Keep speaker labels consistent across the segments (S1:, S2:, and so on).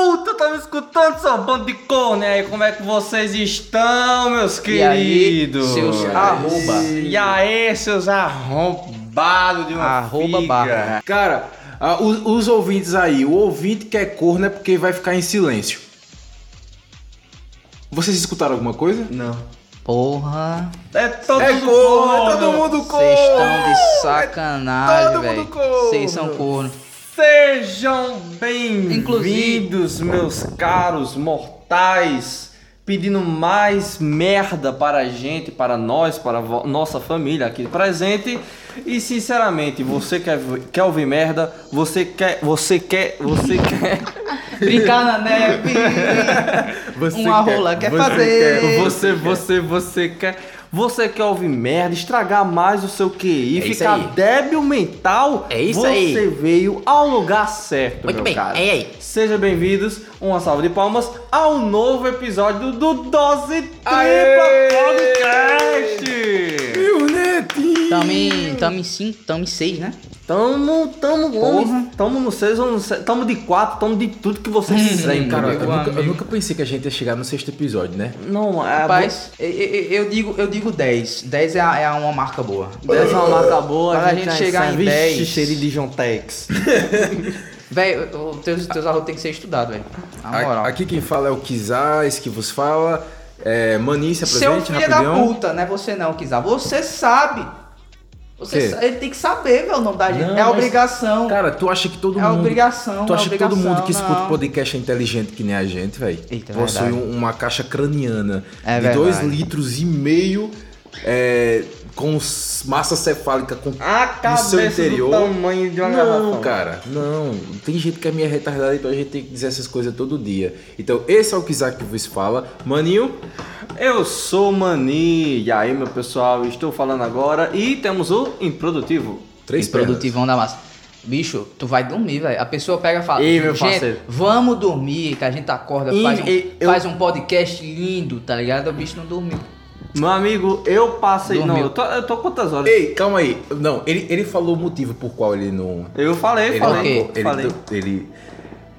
S1: estão tá me escutando, seu bando de corno? E aí, como é que vocês estão, meus queridos?
S2: seus arroba.
S1: E aí, seus arrombados de uma
S2: Arroba
S1: figa.
S2: barra.
S3: Cara, ah, os, os ouvintes aí, o ouvinte que é corno é porque vai ficar em silêncio. Vocês escutaram alguma coisa?
S1: Não.
S2: Porra.
S1: É todo
S3: É
S1: mundo
S3: corno, é
S1: corno.
S3: todo mundo
S2: Vocês estão
S3: corno!
S2: de
S3: É
S2: sacanagem,
S3: todo mundo
S2: velho.
S3: corno.
S2: Vocês são corno.
S1: Sejam
S2: Inclusive-
S1: bem-vindos, meus caros mortais, pedindo mais merda para a gente, para nós, para a vo- nossa família aqui presente. E sinceramente, você quer, vi- quer ouvir merda? Você quer, você quer, você quer,
S2: Brincar na neve.
S3: Você
S2: Uma rola quer
S3: você
S2: fazer.
S3: quer,
S1: você,
S3: você-
S1: você, você quer, você quer ouvir merda, estragar mais o seu QI,
S2: É isso
S1: ficar
S2: aí.
S1: débil mental?
S2: É isso
S1: você
S2: aí.
S1: veio ao lugar certo,
S2: Muito
S1: meu
S2: bem,
S1: caro.
S2: é aí.
S1: Sejam bem-vindos, uma salva de palmas, ao novo episódio do Dose Tripla
S3: Aê!
S1: Podcast!
S3: Meu netinho!
S2: Tamo em, tamo em cinco, tamo em seis, né?
S1: Tamo, tamo,
S2: Porra.
S1: homem, tamo no seis, tamo no se- tamo de quatro, tamo de tudo que vocês quiserem,
S3: Cara,
S1: meu
S3: eu
S1: amigo.
S3: nunca, eu nunca pensei que a gente ia chegar no sexto episódio, né?
S1: Não,
S2: Tá
S1: é...
S2: Rapaz, eu, eu- eu digo, eu digo 10. 10 é, a- é uma marca boboa.
S1: Dez é uma marca boa,
S2: Quando a gente
S1: já
S2: chegar
S1: encerra.
S2: em
S1: Vixe,
S2: dez.
S1: cheirinho de John Tex.
S2: Velho, os teus, teus arroz tem que ser estudado, velho. Na
S3: A-
S2: moral.
S3: Aqui quem fala é o Kizais, que vos fala. É, Mani, se
S2: Seu
S3: apresente
S2: filho da
S3: rapidão.
S2: puta, né? Você não, Kizar. Você sabe. Você
S3: Quê?
S2: sa- ele tem que saber, velho, o nome da gente.
S3: Não,
S2: é
S3: mas-
S2: obrigação.
S3: Cara, tu acha que todo
S2: É
S3: mundo.
S2: obrigação,
S3: Tu
S2: é
S3: acha que todo
S2: obrigação,
S3: mundo que escuta
S2: não.
S3: podcast é inteligente que nem a gente, velho?
S2: Eita, é
S3: Possui um,
S2: verdade.
S3: uma caixa craniana
S2: É
S3: de 2
S2: verdade.
S3: litros e meio é, com s- massa cefálica com
S2: Ah,
S1: A
S3: no seu
S1: cabeça do
S3: interior.
S1: tamanho de uma
S3: Não,
S1: garrafa.
S3: cara, não. Tem gente que é minha retardada, então a gente tem que dizer essas coisas todo dia. Então, esse é o Kizak que vos fala. Maninho,
S1: Eu sou o Mani, e aí, meu pessoal, estou falando agora e temos o Improdutivo.
S3: três pernas.
S2: produtivão da massa. Bicho, tu vai dormir, velho. A pessoa pega e fala:
S1: Ei, meu
S2: "Gente,
S1: parceiro."
S2: Vamos dormir, que a gente acorda,
S1: Ih,
S2: faz, um,
S1: e- eu-
S2: faz um podcast lindo, tá ligado? O bicho não dormiu.
S1: Meu amigo, eu passei. Não,
S2: Dormiu.
S1: eu tô, eu tô quantas horas?
S3: Ei, calma aí. Não, ele, ele falou o motivo por qual ele não.
S1: Eu falei,
S3: Ele,
S1: falei.
S2: ok.
S3: não- ele,
S1: falei.
S3: ele,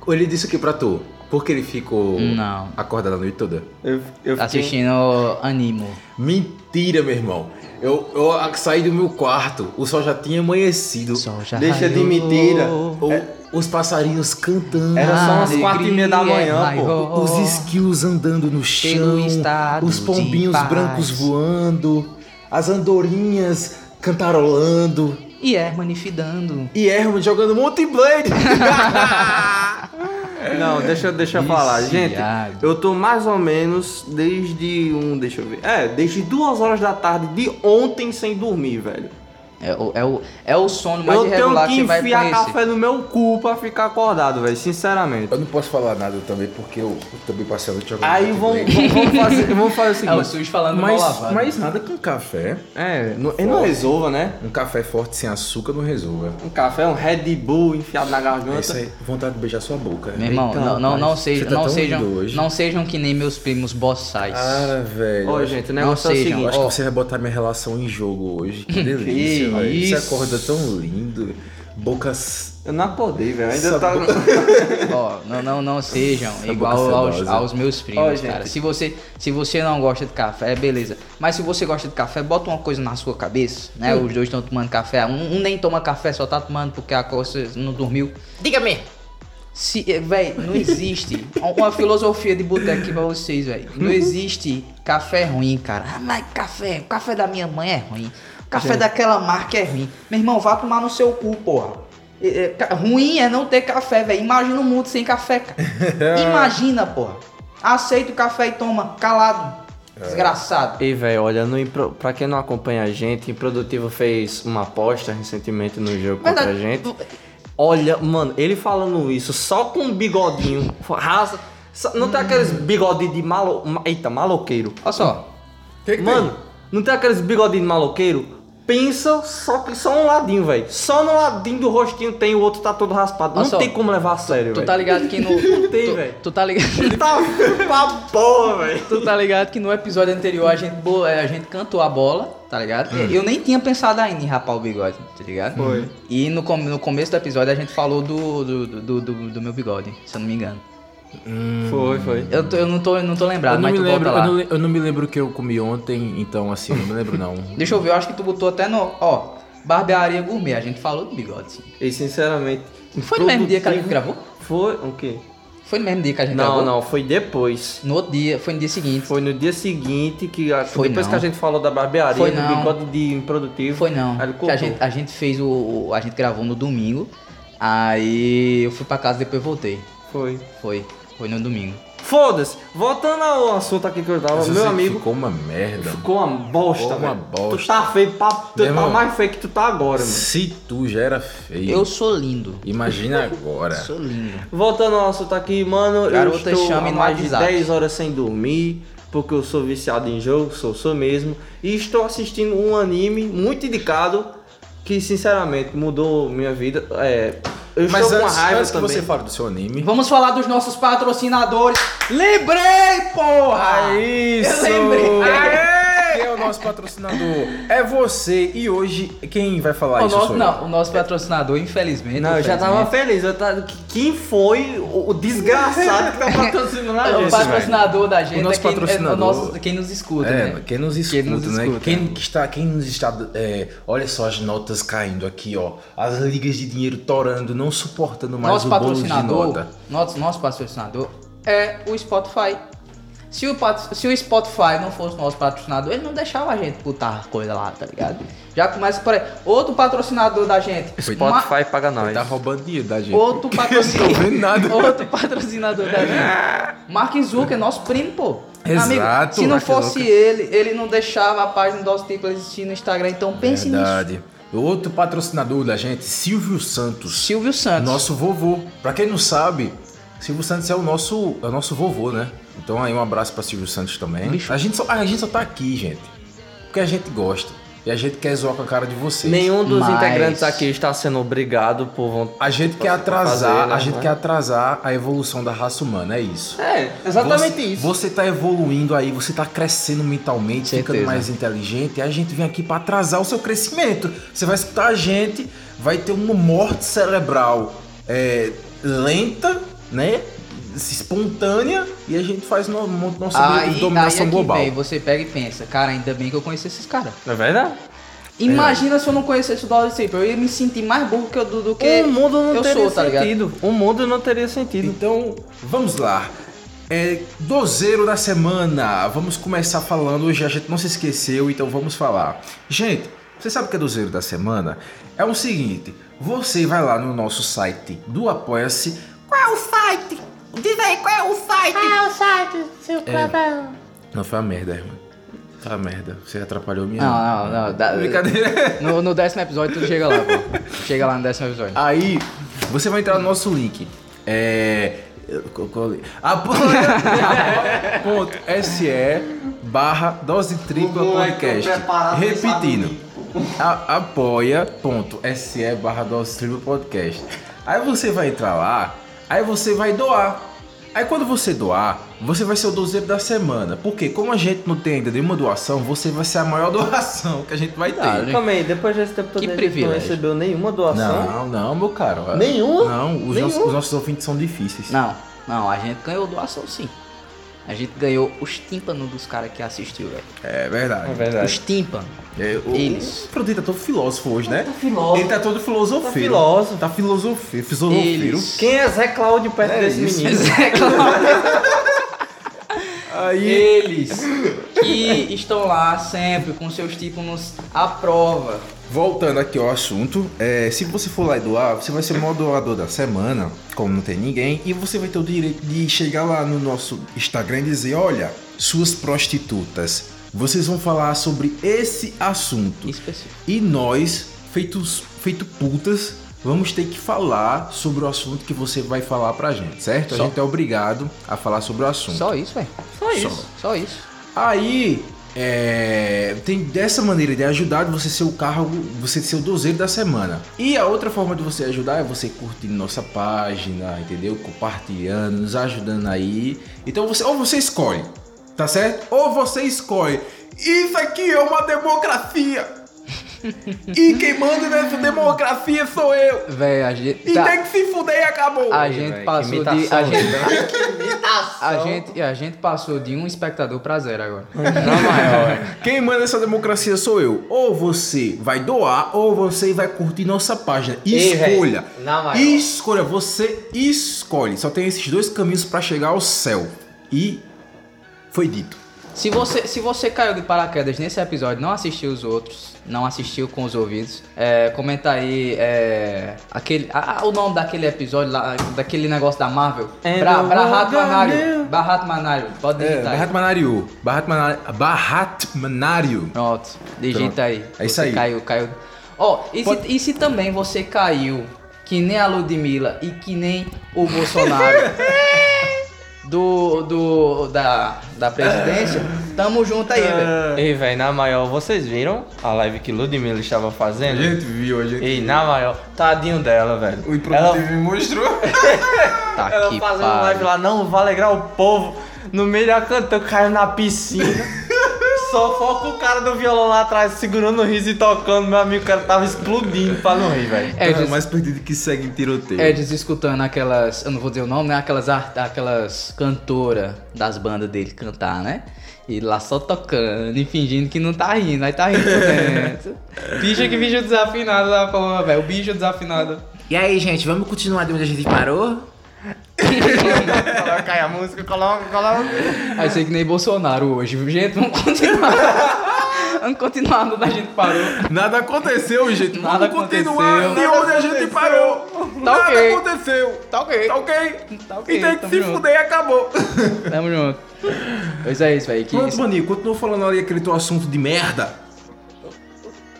S3: ele disse o que pra tu? Porque ele ficou
S2: Não.
S3: acordado a noite toda?
S1: Eu, eu fiquei-
S2: tá Assistindo Animo.
S3: Mentira, meu irmão. Eu, eu a- saí do meu quarto, o sol já tinha amanhecido.
S2: Sol já
S1: Deixa de
S2: raiou.
S1: mentira.
S3: O- os passarinhos cantando.
S1: Era só umas
S2: Alegria é
S1: quatro e meia da manhã, pô.
S2: maior.
S3: Os esquilos andando no chão,
S2: Pelo estado
S3: os pombinhos
S2: de paz.
S3: brancos voando, as andorinhas cantarolando
S2: E é manifidando.
S3: e Herman jogando multiblade.
S1: Não, deixa, deixa eu falar. Gente,
S2: Viciado.
S1: eu tô mais ou menos desde um. Deixa eu ver. É, desde duas horas da tarde de ontem sem dormir, velho.
S2: É o, é o, é o sono mais
S1: Eu tenho
S2: irregular
S1: que
S2: que você vai
S1: enfiar
S2: conhecer.
S1: café no meu cu pra ficar acordado, velho. Sinceramente.
S3: eu não posso falar nada também porque eu também passei a noite jogando.
S1: Aí vamos,
S3: multiblade.
S1: vamos, vamos fazer, vamos fazer o
S2: É o
S1: seguinte.
S2: SUS falando né? mal
S3: Mas,
S2: lavado.
S3: mas nada com café.
S1: É, não, e não resolva, né?
S3: Um café forte sem açúcar não resolve.
S1: Um café, um Red Bull enfiado na garganta.
S3: Isso aí, vontade de beijar sua boca.
S2: Meu irmão,
S1: Então,
S2: não, não, não,
S3: rapaz,
S2: seja,
S3: você tá
S2: não,
S3: tão
S2: sejam,
S3: lindo hoje.
S2: não sejam que nem meus primos bossais.
S1: Ah.
S3: Cara, velho.
S1: Ó,
S3: eu
S1: gente, o
S2: não
S1: negócio é o
S2: sejam,
S1: seguinte.
S3: acho que
S2: ó.
S3: você vai botar minha relação em jogo hoje. Que delícia,
S1: Que
S3: velho. Você
S1: isso.
S3: acorda tão lindo. Bocas.
S1: Eu não acordei, velho. Ainda
S3: Essa
S1: tá.
S2: Ó, não, não, não sejam
S3: Essa
S2: igual
S3: boca
S2: aos,
S3: sedosa.
S2: aos meus
S1: Ó,
S2: primos,
S1: gente.
S2: cara. Se você, se você não gosta de café, beleza. Mas se você gosta de café, bota uma coisa na sua cabeça, né? Os dois estão tomando café. Um, um nem toma café, só tá tomando porque a coisa não dormiu. Diga-me. Se, eh, véi, não existe uma filosofia de boteco aqui pra vocês, véi. Não existe café ruim, cara. Ah, mas café, o café da minha mãe é ruim. O café daquela marca é ruim. Meu irmão, vá tomar no seu cu, porra. É, é, ca- ruim é não ter café, velho. Imagina um mundo sem café, cara. Imagina, porra. Aceita o café e toma, calado. Desgraçado.
S1: Ei, velho, olha, no, Impro- pra quem não acompanha a gente, Improdutivo fez uma aposta recentemente no jogo contra a gente. Olha, mano, ele falando isso só com um bigodinho. Rasa. só- Não tem aqueles bigodinhos de malo. ma- Eita, maloqueiro.
S2: Olha só.
S1: Mano, não tem aqueles bigodinhos maloqueiro? Pensa só que só um ladinho, velho. Só no ladinho do rostinho tem, o outro tá todo raspado.
S2: Olha
S1: não
S2: só,
S1: tem como levar a sério,
S2: Tu
S1: velho.
S2: tá ligado que no.
S1: Tem,
S2: tu-
S1: velho.
S2: Tu tá ligado.
S1: Tá pra porra, velho.
S2: Tu tá ligado que no episódio anterior a gente, bo- eh, a gente cantou a bola, tá ligado?
S3: Hum.
S2: Eu nem tinha pensado ainda em rapar o bigode, tá ligado?
S1: Foi.
S2: E no, com- no começo do episódio a gente falou do, do, do, do- do meu bigode, se eu não me engano.
S1: Foi, foi.
S2: Eu, tô- eu não tô, eu não tô lembrado,
S3: eu não
S2: mas
S3: me
S2: tu
S3: lembro,
S2: volta
S3: eu
S2: lá.
S3: não, le- eu não me lembro o que eu comi ontem, então assim, eu não me lembro não.
S2: Deixa eu ver, eu acho que tu botou até no. Ó, barbearia gourmet, a gente falou do bigode, sim.
S1: E sinceramente.
S2: Foi no mesmo dia que a gente
S1: produtivo-
S2: gravou?
S1: Foi. O quê?
S2: Foi no mesmo dia que a gente
S1: Não,
S2: gravou?
S1: não, foi depois.
S2: No outro dia, foi no dia seguinte.
S1: Foi no dia seguinte que. a-
S2: Foi
S1: depois
S2: não.
S1: que a gente falou da barbearia,
S2: Foi
S1: do
S2: não.
S1: bigode de improdutivo.
S2: Foi não.
S1: Aí ele
S2: Que a,
S1: cortou.
S2: gente, a gente fez o, o- A gente gravou no domingo. Aí eu fui pra casa depois voltei.
S1: Foi.
S2: Foi. Foi no domingo.
S1: Foda-se. Voltando ao assunto aqui que eu tava,
S3: Nossa,
S1: meu
S3: isso
S1: amigo.
S3: assim, Ficou uma merda.
S1: Ficou uma bosta,
S3: Ficou uma
S1: velho. Tu
S3: bosta.
S1: tá feio, pra, tu
S3: Meu
S1: tá
S3: irmão.
S1: mais feio que tu tá agora, mano.
S3: Se tu já era feio,
S2: Eu sou lindo.
S3: imagina agora.
S2: Sou lindo.
S1: Voltando ao assunto aqui, mano,
S2: Garota,
S1: eu estou
S2: chame
S1: há
S2: no
S1: mais de
S2: WhatsApp.
S1: 10 horas sem dormir, porque eu sou viciado em jogo, sou, sou mesmo, e estou assistindo um anime muito indicado, que sinceramente mudou minha vida, é... Eu
S3: Mas
S1: estou com
S3: antes,
S1: raiva
S3: antes que
S1: também.
S3: você fale do seu anime,
S2: Vamos falar dos nossos patrocinadores. Lembrei, porra!
S3: É isso!
S2: Ah, Eu lembrei.
S3: Aê! Quem é o nosso patrocinador? É você. E hoje, quem vai falar
S2: o
S3: isso?
S2: nosso,
S3: sou
S2: não, o nosso patrocinador, infelizmente.
S1: Não, eu já tava
S3: né?
S2: infelizmente,
S1: feliz, eu tava... Quem foi o, o desgraçado que tá patrocinando a
S2: O
S1: gente?
S3: patrocin-
S2: patrocinador da gente
S3: O nosso
S2: é, quem, é
S3: patrocinador-
S2: o nosso- quem nos escuta,
S3: É,
S2: né?
S3: quem nos escuta,
S2: Quem nos
S3: né?
S2: escuta.
S3: Quem que está, quem nos está, é, olha só as notas caindo aqui, ó. As ligas de dinheiro torando, não suportando é mais
S2: nosso
S3: o bônus de
S2: patrocinador,
S3: nota.
S2: nosso, nosso patrocinador é o Spotify. Se o, pat- se o Spotify não fosse nosso patrocinador, ele não deixava a gente botar coisa lá, tá ligado? Já começa por aí. Outro patrocinador da gente.
S1: Spotify paga nós.
S3: Tá roubando dinheiro da gente.
S2: Ma- Outro
S3: Não tô
S2: patrocinador.
S3: vendo nada.
S2: Outro patrocinador da gente. Mark Zucker, nosso primo, pô.
S3: Exato,
S2: Amigo, se não
S3: Mark
S2: fosse
S3: Zucker.
S2: ele, ele não deixava a página do Tipo existir no Instagram. Então pense nisso.
S3: Verdade. Outro patrocinador da gente, Silvio Santos.
S2: Silvio Santos.
S3: Nosso vovô. Pra quem não sabe, Silvio Santos é o nosso, é o nosso vovô, né? Então aí um abraço pra Silvio Santos também.
S2: Bicho.
S3: A gente, só, a gente só tá aqui, gente. Porque a gente gosta. E a gente quer zoar com a cara de vocês.
S1: Nenhum dos
S2: Mas-
S1: integrantes aqui está sendo obrigado por vontade.
S3: A gente quer
S1: Pra- pra
S3: atrasar,
S1: fazer, né,
S3: a gente
S1: né?
S3: quer atrasar a evolução da raça humana, é isso.
S1: É, exatamente
S3: você,
S1: isso.
S3: Você tá evoluindo aí, você tá crescendo mentalmente, ficando
S2: Certeza.
S3: mais inteligente, e a gente vem aqui pra atrasar o seu crescimento. Você vai escutar a gente, vai ter uma morte cerebral é, lenta, né? Espontânea, e a gente faz no, no, nosso meio de
S2: Aí, aí
S3: dominação
S2: é que
S3: global.
S2: vem, você pega e pensa, cara, ainda bem que eu conheci esses caras.
S1: Não é verdade?
S2: Imagina se eu não conhecesse o Dollar Tree, eu ia me sentir mais burro que eu, do, do
S1: o
S2: que.
S3: Hum.
S1: mundo não
S2: eu
S1: teria
S2: sou, tá ligado?
S1: sentido. o mundo não teria sentido.
S3: Então, vamos lá. É, dozeiro da semana. Vamos começar falando. Hoje a gente não se esqueceu, então vamos falar. Gente, você sabe o que é dozeiro da semana? É o seguinte: você vai lá no nosso site do Apoia-se. Qual é o site? Diz aí qual é o site.
S4: Ah, o site, seu cabelo.
S3: Não, foi uma merda, irmã. Foi uma merda. Você atrapalhou minha.
S2: Não, não, não. da-
S3: Brincadeira.
S2: no, no décimo episódio tu chega lá, pô. Chega lá no décimo episódio.
S3: Aí, você vai entrar no nosso link. É. ah, qual- qual- Apoia.se barra dose tripla podcast. Repetindo. a- Apoia.se barra dose tripla podcast. Aí você vai entrar lá, aí você vai doar. Aí quando você doar, você vai ser o dozeiro da semana. Porque como a gente não tem ainda nenhuma doação, você vai ser a maior doação que a gente vai ter.
S2: Ah,
S1: Calma aí, depois desse tempo todo
S2: Que
S1: a gente não
S2: privilégio.
S1: recebeu nenhuma doação.
S3: Não, não, meu caro.
S1: Nenhuma?
S3: Não, os,
S1: Nenhuma?
S3: Nossos, os nossos ouvintes são difíceis.
S2: Não, não, a gente ganhou doação sim. A gente ganhou os tímpanos dos caras que assistiu, velho.
S3: É verdade.
S1: É verdade.
S2: Os tímpanos.
S3: É, o,
S2: Eles.
S3: o Frodinho tá todo filósofo hoje, né?
S1: filósofo.
S3: Ele tá todo filosofeiro.
S1: Tá filósofo.
S3: Tá filosofeiro. filosofeiro.
S2: Eles.
S1: Quem é Zé Cláudio perto
S3: É
S1: desse
S3: isso.
S1: menino?
S2: Zé Cláudio.
S3: Aí.
S2: Eles que estão lá sempre com seus tímpanos à prova.
S3: Voltando aqui ao assunto, é, se você for lá e doar, você vai ser o maior doador da semana, como não tem ninguém, e você vai ter o direito de chegar lá no nosso Instagram e dizer: olha, suas prostitutas, vocês vão falar sobre esse assunto.
S2: Específico.
S3: E nós, feitos, feito putas, vamos ter que falar sobre o assunto que você vai falar pra gente, certo?
S2: Só.
S3: A gente é obrigado a falar sobre o assunto.
S2: Só isso, velho.
S1: Só isso.
S2: Só isso.
S3: Aí, é, tem dessa maneira de ajudar de você ser o cargo, você ser o dozeiro da semana. E a outra forma de você ajudar é você curtindo nossa página, entendeu? Compartilhando, nos ajudando aí. Então você ou você escolhe, tá certo? Ou você escolhe. Isso aqui é uma democracia. e quem manda nessa demografia sou eu.
S2: Véi, a gente.
S3: E tem que se fuder e acabou.
S2: Tá. A gente
S1: Véi, que
S2: passou de. A
S1: imitação,
S2: gente,
S5: Imitação.
S2: a, gente, e a gente passou de um espectador pra zero agora.
S1: é,
S3: Quem manda essa democracia sou eu. Ou você vai doar, ou você vai curtir nossa página.
S5: Ei, véi,
S3: Escolha.
S5: na
S2: Ah,
S5: maior.
S3: escolha, você escolhe. Só tem esses dois caminhos pra chegar ao céu. E foi dito.
S2: Se você, se você caiu de paraquedas nesse episódio, não assistiu os outros, não assistiu com os ouvidos, é, comenta aí é, aquele, a- a- o nome daquele episódio, lá, daquele negócio da Marvel.
S1: And
S2: Bra,
S1: I
S2: Brahat
S1: will
S2: Manário.
S1: go.
S2: Brahat Manário. Pode
S3: É,
S2: digitar
S3: Barrat
S2: aí.
S3: Manário. Barrat Manário. Barrat Manário.
S2: Pronto, digita
S3: Pronto.
S2: aí.
S3: É isso
S2: Você
S3: aí.
S2: caiu, caiu. Ó, e, se- e se também você caiu, que nem a Ludmilla e que nem o Bolsonaro do, do, da, da presidência, tamo junto aí, velho.
S1: Ei, velho, na maior, vocês viram a live que Ludmilla estava
S3: A
S1: fazendo?
S3: gente viu, a gente.
S1: Ei, na maior, tadinho dela, velho.
S3: O Impro
S1: Ela,
S3: TV mostrou.
S2: É, Tá
S1: ela
S2: que
S1: fazendo
S2: pariu.
S1: live lá, não, vai alegrar o povo. No meio da cantando, caiu na piscina. Só foca o cara do violão lá atrás, segurando o riso e tocando. Meu amigo, o cara tava explodindo pra não rir, velho.
S2: É,
S3: Tá
S2: des-
S3: mais perdido que segue em tiroteio.
S2: é des- escutando aquelas, eu não vou dizer o nome, né? Aquelas, ar- aquelas cantoras das bandas dele cantar, né? E lá só tocando e fingindo que não tá rindo, aí tá rindo por dentro. Bicho que bicho desafinado lá, pô, velho, o bicho desafinado.
S5: E aí, gente, vamos continuar de onde a gente parou?
S1: coloca aí a música, coloca, coloca.
S2: Aí sei que nem Bolsonaro hoje, viu, gente? Vamos continuar. Vamos continuar onde a gente parou.
S3: Nada aconteceu, gente.
S2: Nada
S3: Vamos continuar de
S2: aconteceu.
S3: onde a gente parou. Nada
S2: ok.
S3: aconteceu.
S2: Tá ok.
S3: Tá ok?
S2: Tá ok,
S3: E tem que
S2: tamo
S3: se
S2: junto.
S3: fuder e acabou.
S2: Tamo junto. Pois é isso, velho. Que
S3: Pronto,
S2: isso.
S3: maninho, continua falando ali aquele teu assunto de merda.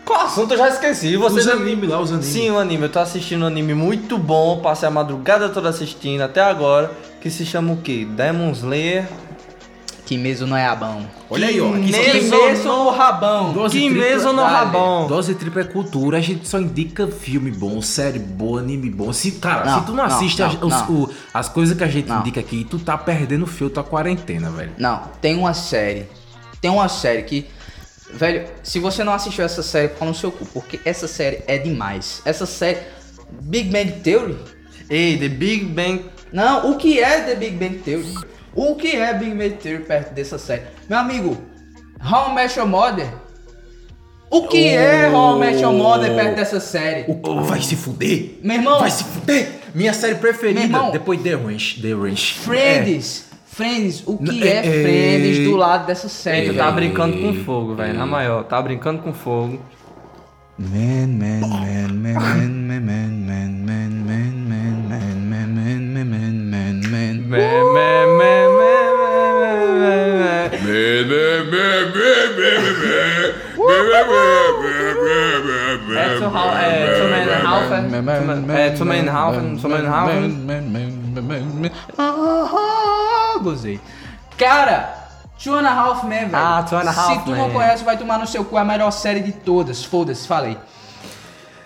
S1: Qual assunto eu já esqueci? Vocês
S3: Os anime lá, os anime.
S1: Sim, o anime. Eu tô assistindo um anime muito bom. Passei a madrugada toda assistindo até agora. Que se chama o quê? Demon Slayer.
S2: Que mesmo não é abão.
S3: Olha aí, ó. Aqui só tem
S1: Kimetsu
S3: só-
S1: no
S2: é rabão.
S3: Dose
S1: Que
S3: tripla-
S1: mesmo no
S3: Vale.
S1: rabão.
S3: Dose tripla é cultura, a gente só indica filme bom, série boa, anime bom. Se, cara,
S2: Não,
S3: se tu não,
S2: não,
S3: assiste as,
S2: não,
S3: os-
S2: não.
S3: o- as coisas que a gente
S2: Não.
S3: indica aqui, tu tá perdendo o fio da quarentena, velho.
S2: Não, tem uma série. Tem uma série que. Velho, se você não assistiu essa série, pau no seu cu. Porque essa série é demais. Essa série. Big Bang Theory?
S1: Ei, The Big Bang.
S2: Não, o que é The Big Bang Theory? O que é Big Bang Theory perto dessa série? Meu amigo, How I Met Your Mother? O que é How I Met Your Mother perto dessa série?
S3: O ah, vai se fuder?
S2: Meu irmão,
S3: Oh. Vai se fuder! Minha série preferida,
S2: Meu irmão.
S3: depois The Ranch. The Ranch.
S2: Friends. Friends, o que
S3: É. N-
S2: é,
S3: é- é-
S2: Friends do lado dessa série?
S1: Ei, tu
S2: velho?
S1: tá brincando com fogo, velho. Na maior, tá brincando com fogo.
S6: Man, man, man, man, man, man, man, man, man, man, man, man, man, man, man, man, man, man.
S1: Mé, mé, mé, mé, mé, mé, mé, mé. É Two Hal- é, Two Man and Half, é?
S6: Man, man,
S1: Two Man-
S6: man,
S1: É Two Man and Half,
S6: man,
S1: Two Man and
S6: man,
S1: Half.
S6: man, man, man, man, man, man.
S2: Ah, gozei. Cara, Two and a Half Men, velho.
S1: Ah, Two and a
S2: Se
S1: Half
S2: tu não
S1: Men.
S2: conhece, vai tomar no seu cu é a melhor série de todas. Foda-se, falei.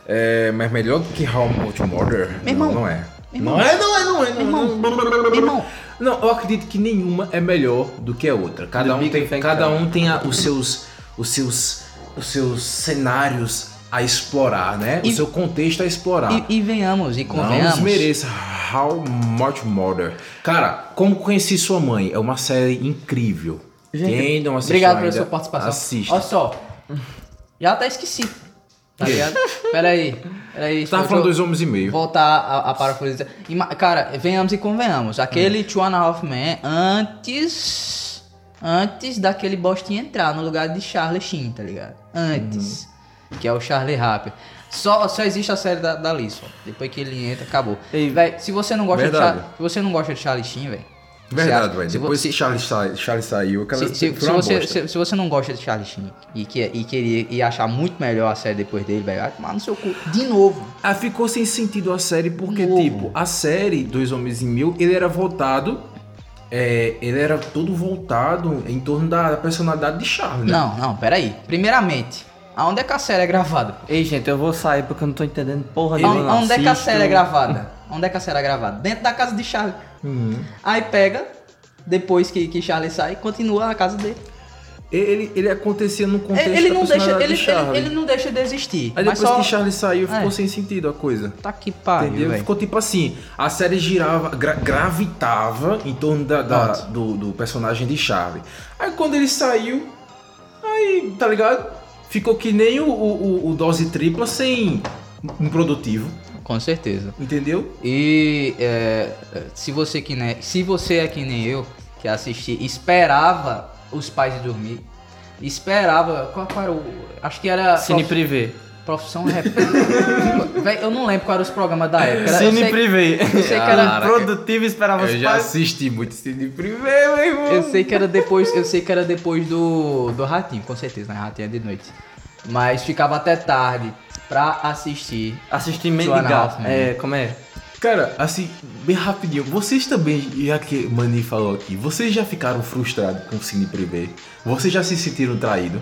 S3: É, mas melhor do que How I Met Your Mother?
S2: Meu irmão.
S3: Não, não é.
S2: Irmão.
S3: Não é, não é, não é. Não,
S2: Irmão.
S3: não.
S2: Irmão.
S3: Não, eu acredito que nenhuma é melhor do que a outra. Cada
S1: The
S3: um
S1: Big
S3: tem,
S1: Bang
S3: cada
S1: Theory.
S3: um tem a- os seus, os seus, os seus cenários a explorar, né?
S2: E-
S3: o seu contexto a explorar.
S2: E, e venhamos e
S3: Ah. não
S2: convenhamos.
S3: desmereça How Much Mother. Cara, como conheci sua mãe? É uma série incrível. Quem não assistiu
S2: Obrigado pela
S3: ainda,
S2: sua participação.
S3: Assista.
S2: Olha só. Já até esqueci. Tá ligado? Peraí. Peraí.
S3: Tu tava
S2: deixa eu-
S3: falando dois homens e meio.
S2: Voltar a, a parafusar. Ima- Cara, venhamos e convenhamos. Aquele
S3: Hum.
S2: Two and a Half Men antes. Antes daquele bostinho entrar no lugar de Charlie Sheen, tá ligado? Antes.
S3: Uhum.
S2: Que é o Charlie Rapper. Só, só existe a série da, da Liz, ó. Depois que ele entra, acabou.
S1: Ei,
S2: Véi, se você não gosta de
S3: verdade.
S2: Char- se você não gosta de Charlie Sheen, velho.
S3: Verdade,
S2: se-
S3: velho.
S2: se
S3: Depois
S2: você-
S3: que Charles, sa- Charles saiu, aquela
S2: se, se- se
S3: foi uma
S2: você,
S3: bosta.
S2: se, se você não gosta de Charlie Sheen e, que, e queria e achar muito melhor a série depois dele, velho, vai tomar no seu cu de novo.
S3: Ah, ficou sem sentido a série, porque,
S2: Novo.
S3: tipo, a série Dois Homens e Mil, ele era voltado. é, ele era todo voltado em torno da, da personalidade de Charles, né?
S2: Não, não, peraí. Primeiramente, aonde é que a série é gravada?
S1: Ei, gente, eu vou sair porque eu não tô entendendo porra
S2: Aonde,
S1: nenhuma.
S2: aonde é que a série é
S1: gravada?
S2: gravada? Onde é que a série é gravada? Dentro da casa de Charlie.
S3: Uhum.
S2: Aí pega, depois que, que Charlie sai, continua a casa dele.
S3: Ele, ele acontecia num contexto
S2: Ele
S3: da
S2: não, deixa,
S3: personalidade
S2: ele,
S3: de Charlie.
S2: ele, ele não deixa de existir.
S3: Aí
S2: mas
S3: depois
S2: só...
S3: que Charlie saiu, ficou
S2: É.
S3: sem sentido a coisa.
S2: Tá que pariu,
S3: Entendeu?
S2: velho.
S3: Ficou tipo assim, a série girava, gra- gravitava em torno da, da- do, do personagem de Charlie. Aí quando ele saiu, aí, tá ligado? Ficou que nem o, o, o- o Dose Tripla sem improdutivo,
S2: Com certeza.
S3: entendeu?
S2: E é, se você que nem, se você é que nem eu que assisti, esperava os pais dormir, esperava qual, qual era o, acho que tá? era
S1: Cine
S2: prof-
S1: Privé.
S2: profissão é rep. Véi, eu não lembro quais eram os programas da época. Era- eu
S1: Cine
S2: sei-
S1: Privé.
S2: Eu sei que era
S3: Caraca.
S1: Produtivo esperava os pais.
S3: assisti muito Cine Privé, meu irmão.
S2: Eu sei que era depois, eu sei que era depois do, do Ratinho, com certeza, né? Ratinho é de noite. Mas ficava até tarde pra assistir.
S1: Assisti
S2: Joana
S1: Mendigar.
S2: Hoffman.
S1: É, como é?
S3: Cara, assim, bem rapidinho, vocês também, já que Mani falou aqui, vocês já ficaram frustrados com o Cine Privé? Vocês já se sentiram traídos?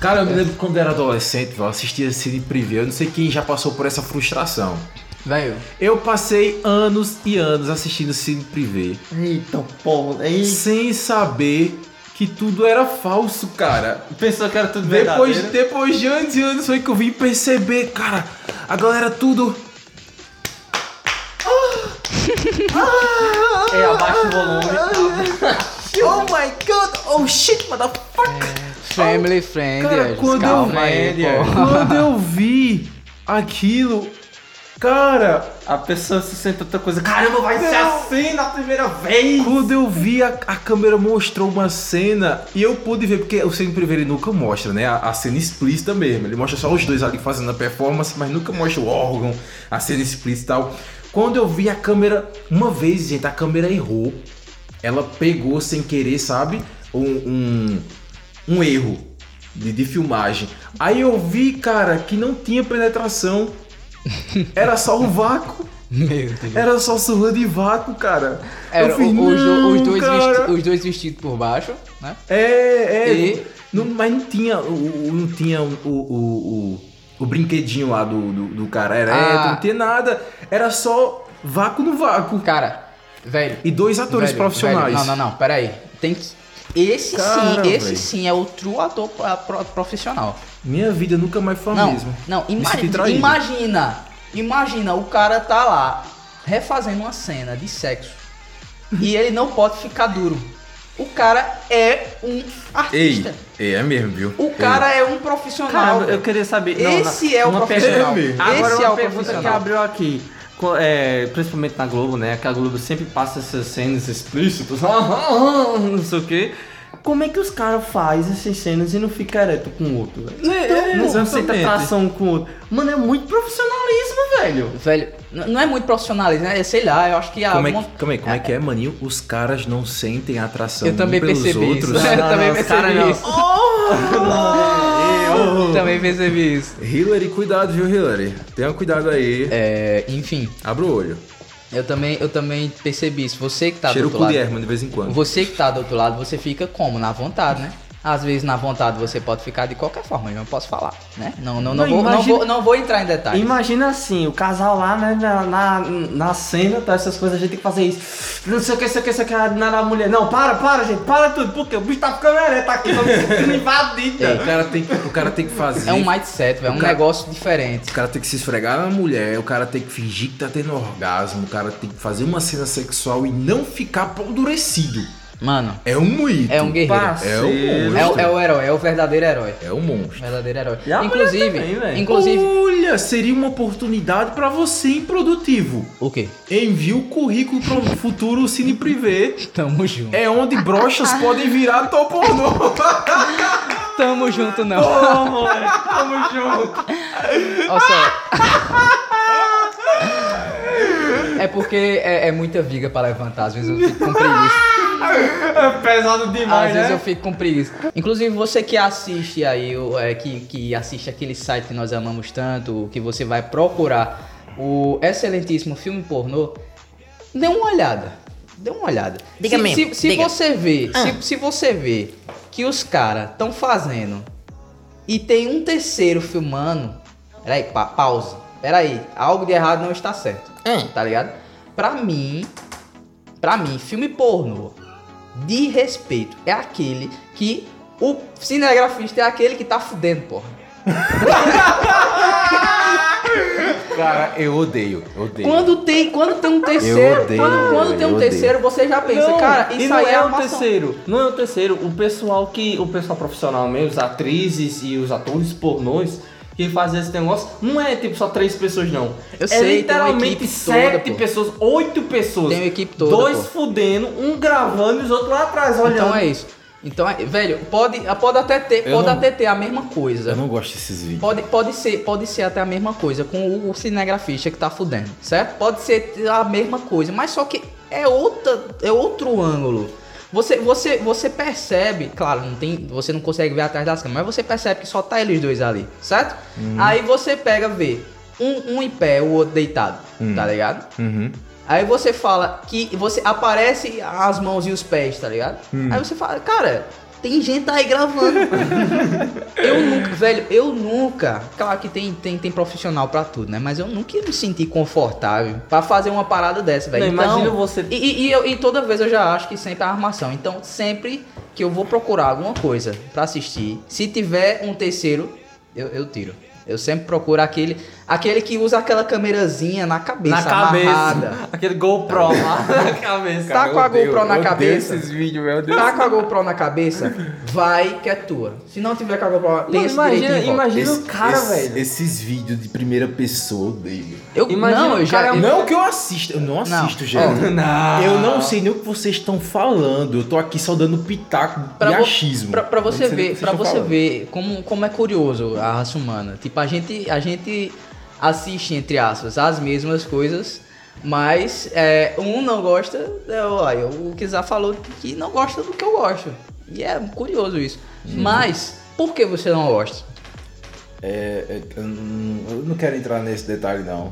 S3: Cara, eu me lembro quando eu era adolescente, eu assistia Cine Privé, eu não sei quem já passou por essa frustração.
S2: Velho,
S3: Eu passei anos e anos assistindo Cine Privé,
S1: Eita, é porra. Eita.
S3: sem saber que tudo era falso, cara.
S1: Pensou que era tudo
S3: Depois,
S1: verdadeiro.
S3: depois de anos e anos foi que eu vim perceber, cara, a galera tudo...
S1: É, abaixa o volume.
S3: Oh my god, oh shit, motherfucker!
S2: family friend,
S3: Cara,
S2: Edges,
S3: quando
S2: calma
S1: eu-
S2: aí, pô.
S3: Quando eu vi aquilo, cara,
S1: A pessoa se então sente outra coisa. Caramba, vai ser assim na primeira vez.
S3: quando eu vi a, a câmera mostrou uma cena e eu pude ver, porque o Cine Privé ele nunca mostra, né? A, a cena explícita mesmo. Ele mostra só os dois ali fazendo a performance, mas nunca mostra o órgão, a cena explícita e tal. Quando eu vi a câmera, uma vez, gente, a câmera errou. Ela pegou sem querer, sabe? Um- um, um erro de, de filmagem. Aí eu vi, cara, que não tinha penetração. Era só o vácuo.
S2: Meu Deus.
S3: Era só surra de vácuo, cara.
S2: Era
S3: eu fiz,
S2: o- os, do- os
S3: "Não,
S2: dois
S3: cara."
S2: vesti- os dois vestidos por baixo, né?
S3: É, é.
S2: E-
S3: Não- mas não tinha, o, o- não tinha o, o, o, o brinquedinho lá do, do, do cara ereto,
S2: Ah.
S3: não tinha nada. Era só vácuo no vácuo.
S2: Cara, velho.
S3: E dois atores
S2: velho,
S3: profissionais.
S2: velho, não, não, não, peraí. Tem que. Esse
S3: Cara,
S2: sim, esse
S3: velho.
S2: sim é o true ator pra- pro- profissional.
S3: Minha vida nunca mais foi a
S2: Não,
S3: mesma.
S2: não,
S3: Me
S2: imagi-
S3: senti traído.
S2: imagina. Imagina, o cara tá lá refazendo uma cena de sexo e ele não pode ficar duro. O cara é um
S3: Ei,
S2: artista.
S3: ei, é mesmo, viu?
S2: O cara é um profissional.
S1: Caramba, eu
S2: velho.
S1: queria saber.
S2: Esse é o
S1: uma
S2: profissional.
S1: pergunta-
S2: Esse
S1: Agora
S2: é
S1: uma
S2: o
S1: pergunta que
S2: profissional.
S1: abriu aqui. Co- é, principalmente na Globo, né? Que a Globo sempre passa essas cenas explícitas. não sei o quê. Como é que os caras fazem essas cenas e não fica ereto com o outro, velho?
S3: é,
S1: Não, não sente
S3: exatamente.
S1: atração com o outro. Mano, é muito profissionalismo, velho.
S2: Velho, n- não é muito profissionalismo, né? Sei lá, eu acho que a
S3: Como é,
S2: mon-
S3: que, como, é, como é que é, maninho? Os caras não sentem atração
S2: Eu também
S3: um pelos
S2: percebi
S3: outros.
S2: isso. Eu
S1: Não,
S2: também
S1: não, os cara
S2: percebi
S1: não.
S2: isso.
S3: Ei, ô, ô.
S2: Também percebi isso.
S3: Hillary, cuidado, viu, Hillary? Tenha cuidado aí.
S2: É, enfim,
S3: Abra o olho.
S2: eu também, eu também percebi isso. Você que tá
S3: Cheira o
S2: do
S3: cu
S2: outro
S3: de
S2: lado.
S3: Herman de vez em quando.
S2: Você que tá do outro lado, você fica como? Na vontade, né? Às vezes na vontade você pode ficar de qualquer forma, eu não posso falar, né? Não, não, não,
S1: Não,
S2: vou,
S1: imagina-
S2: não, vou, não vou entrar em detalhes.
S1: Imagina assim, o casal lá, né, na, na, na cena, tá, essas coisas, a gente tem que fazer isso. Não sei o que, sei o que, sei o que, na, na mulher. Não, para, para, gente, para tudo, porque o bicho tá ficando ereto aqui, tá me sentindo invadida.
S3: É, O cara tem, que- o cara tem que fazer.
S2: É um mindset, velho, é um
S3: Cara-
S2: negócio diferente.
S3: O cara tem que se esfregar na mulher, o cara tem que fingir que tá tendo orgasmo, o cara tem que fazer uma cena sexual e não ficar endurecido.
S2: Mano,
S3: É um mito.
S2: é um guerreiro.
S3: É um
S1: Parceiro.
S3: monstro.
S2: É, o- é o herói, é o verdadeiro herói.
S3: É um monstro.
S2: Verdadeiro herói.
S1: E a mulher
S2: Inclusive,
S1: também, velho.
S2: inclusive.
S3: Olha, seria uma oportunidade pra você, improdutivo.
S2: O quê?
S3: Envie o currículo pro futuro Cine Privé.
S2: Tamo junto.
S3: É onde brochas podem virar topornô.
S2: Tamo junto, não. Ó, sério. É porque é, é muita viga pra levantar, às vezes eu fico com preguiça.
S1: É pesado
S2: Às
S1: demais,
S2: vezes eu
S1: né?
S2: fico com preguiça. Inclusive, você que assiste aí, o- é, que, que assiste aquele site que nós amamos tanto, que você vai procurar o excelentíssimo filme pornô, dê uma olhada. Dê uma olhada.
S5: Diga
S2: se,
S5: mesmo,
S2: Se, se
S5: diga.
S2: você vê,
S5: Ah.
S2: se, se você vê que os caras estão fazendo e tem um terceiro filmando. Peraí, pa pausa. Peraí, algo de errado não está certo.
S5: Hum.
S2: Tá ligado? Pra mim, pra mim, filme pornô de respeito é aquele que O cinegrafista é aquele que tá fudendo, porra.
S3: Cara, eu odeio. eu Odeio.
S2: Quando tem, quando tem um terceiro,
S3: odeio,
S2: quando, quando tem um
S3: eu odeio.
S2: terceiro, você já pensa,
S1: Não,
S2: cara,
S1: e
S2: isso
S1: não
S2: aí
S1: é,
S2: é
S1: o
S2: uma
S1: terceiro. Não é o terceiro. O pessoal que. O pessoal profissional mesmo, as atrizes e os atores pornôs que fazem esse negócio, não é tipo só três pessoas, não.
S2: Eu
S1: é
S2: sei, tem uma
S1: literalmente
S2: equipe
S1: sete
S2: toda, pô.
S1: pessoas, oito pessoas.
S2: Tem uma equipe toda,
S1: Dois
S2: pô.
S1: fudendo, um gravando e os outros lá atrás olhando.
S2: Então é isso. Então, é- velho, pode, pode até ter,
S3: Eu
S2: pode
S3: não-
S2: até ter a mesma
S3: Eu
S2: coisa.
S3: não gosto desses vídeos.
S2: Pode, pode, ser, pode ser até a mesma coisa com o, o cinegrafista que tá fudendo, certo? Pode ser a mesma coisa, mas só que é, outra, é outro ângulo. Você, você, você percebe, claro, não tem, você não consegue ver atrás das câmeras, mas você percebe que só tá eles dois ali, certo? Aí você pega, vê um, um em pé, o outro deitado, tá ligado?
S3: Uhum.
S2: Aí você fala que você aparece as mãos e os pés, tá ligado? Aí você fala, cara, tem gente aí gravando. eu nunca, velho, eu nunca. Claro que tem, tem, tem profissional pra tudo, né? Mas eu nunca me senti confortável pra fazer uma parada dessa, velho.
S1: Não,
S2: Então,
S1: imagina você-
S2: E, e, e eu- e toda vez eu já acho que sempre é armação. Então, sempre que eu vou procurar alguma coisa pra assistir, se tiver um terceiro, eu, eu tiro. Eu sempre procuro aquele, aquele que usa aquela câmerazinha na cabeça,
S1: Na cabeça.
S2: amarrada.
S1: Aquele GoPro lá na cabeça.
S2: Tá com a GoPro na cabeça.
S3: esses vídeos, meu Deus.
S2: Tá com a GoPro na cabeça, vai que é tua. Se não tiver com a GoPro, tem
S1: Mano,
S2: esse
S1: imagina,
S2: direitinho, volta.
S1: imagina
S3: Esse-
S1: o cara,
S3: esse-
S1: velho.
S3: Esses vídeos de primeira pessoa, eu odeio.
S2: Eu,
S1: imagina
S2: não, eu
S1: o
S2: já...
S1: cara-
S2: eu-
S3: Não que eu assista, eu não
S2: É um Não.
S3: assisto, gente.
S1: Não.
S3: Eu não sei nem o que vocês estão falando. Eu tô aqui só dando pitaco
S2: Pra
S3: de
S2: vo-
S3: achismo.
S2: Pra, pra
S3: Eu não
S2: você
S3: sei nem o
S2: ver,
S3: que vocês
S2: pra
S3: estão
S2: você
S3: falando.
S2: ver como, como é curioso a raça humana. Tipo, a gente, a gente assiste, entre aspas, as mesmas coisas, mas é, um não gosta, é, olha, o Kizar falou que não gosta do que eu gosto. E é curioso isso. Mas, por que você não gosta?
S3: É, é, eu não- eu não quero entrar nesse detalhe, não.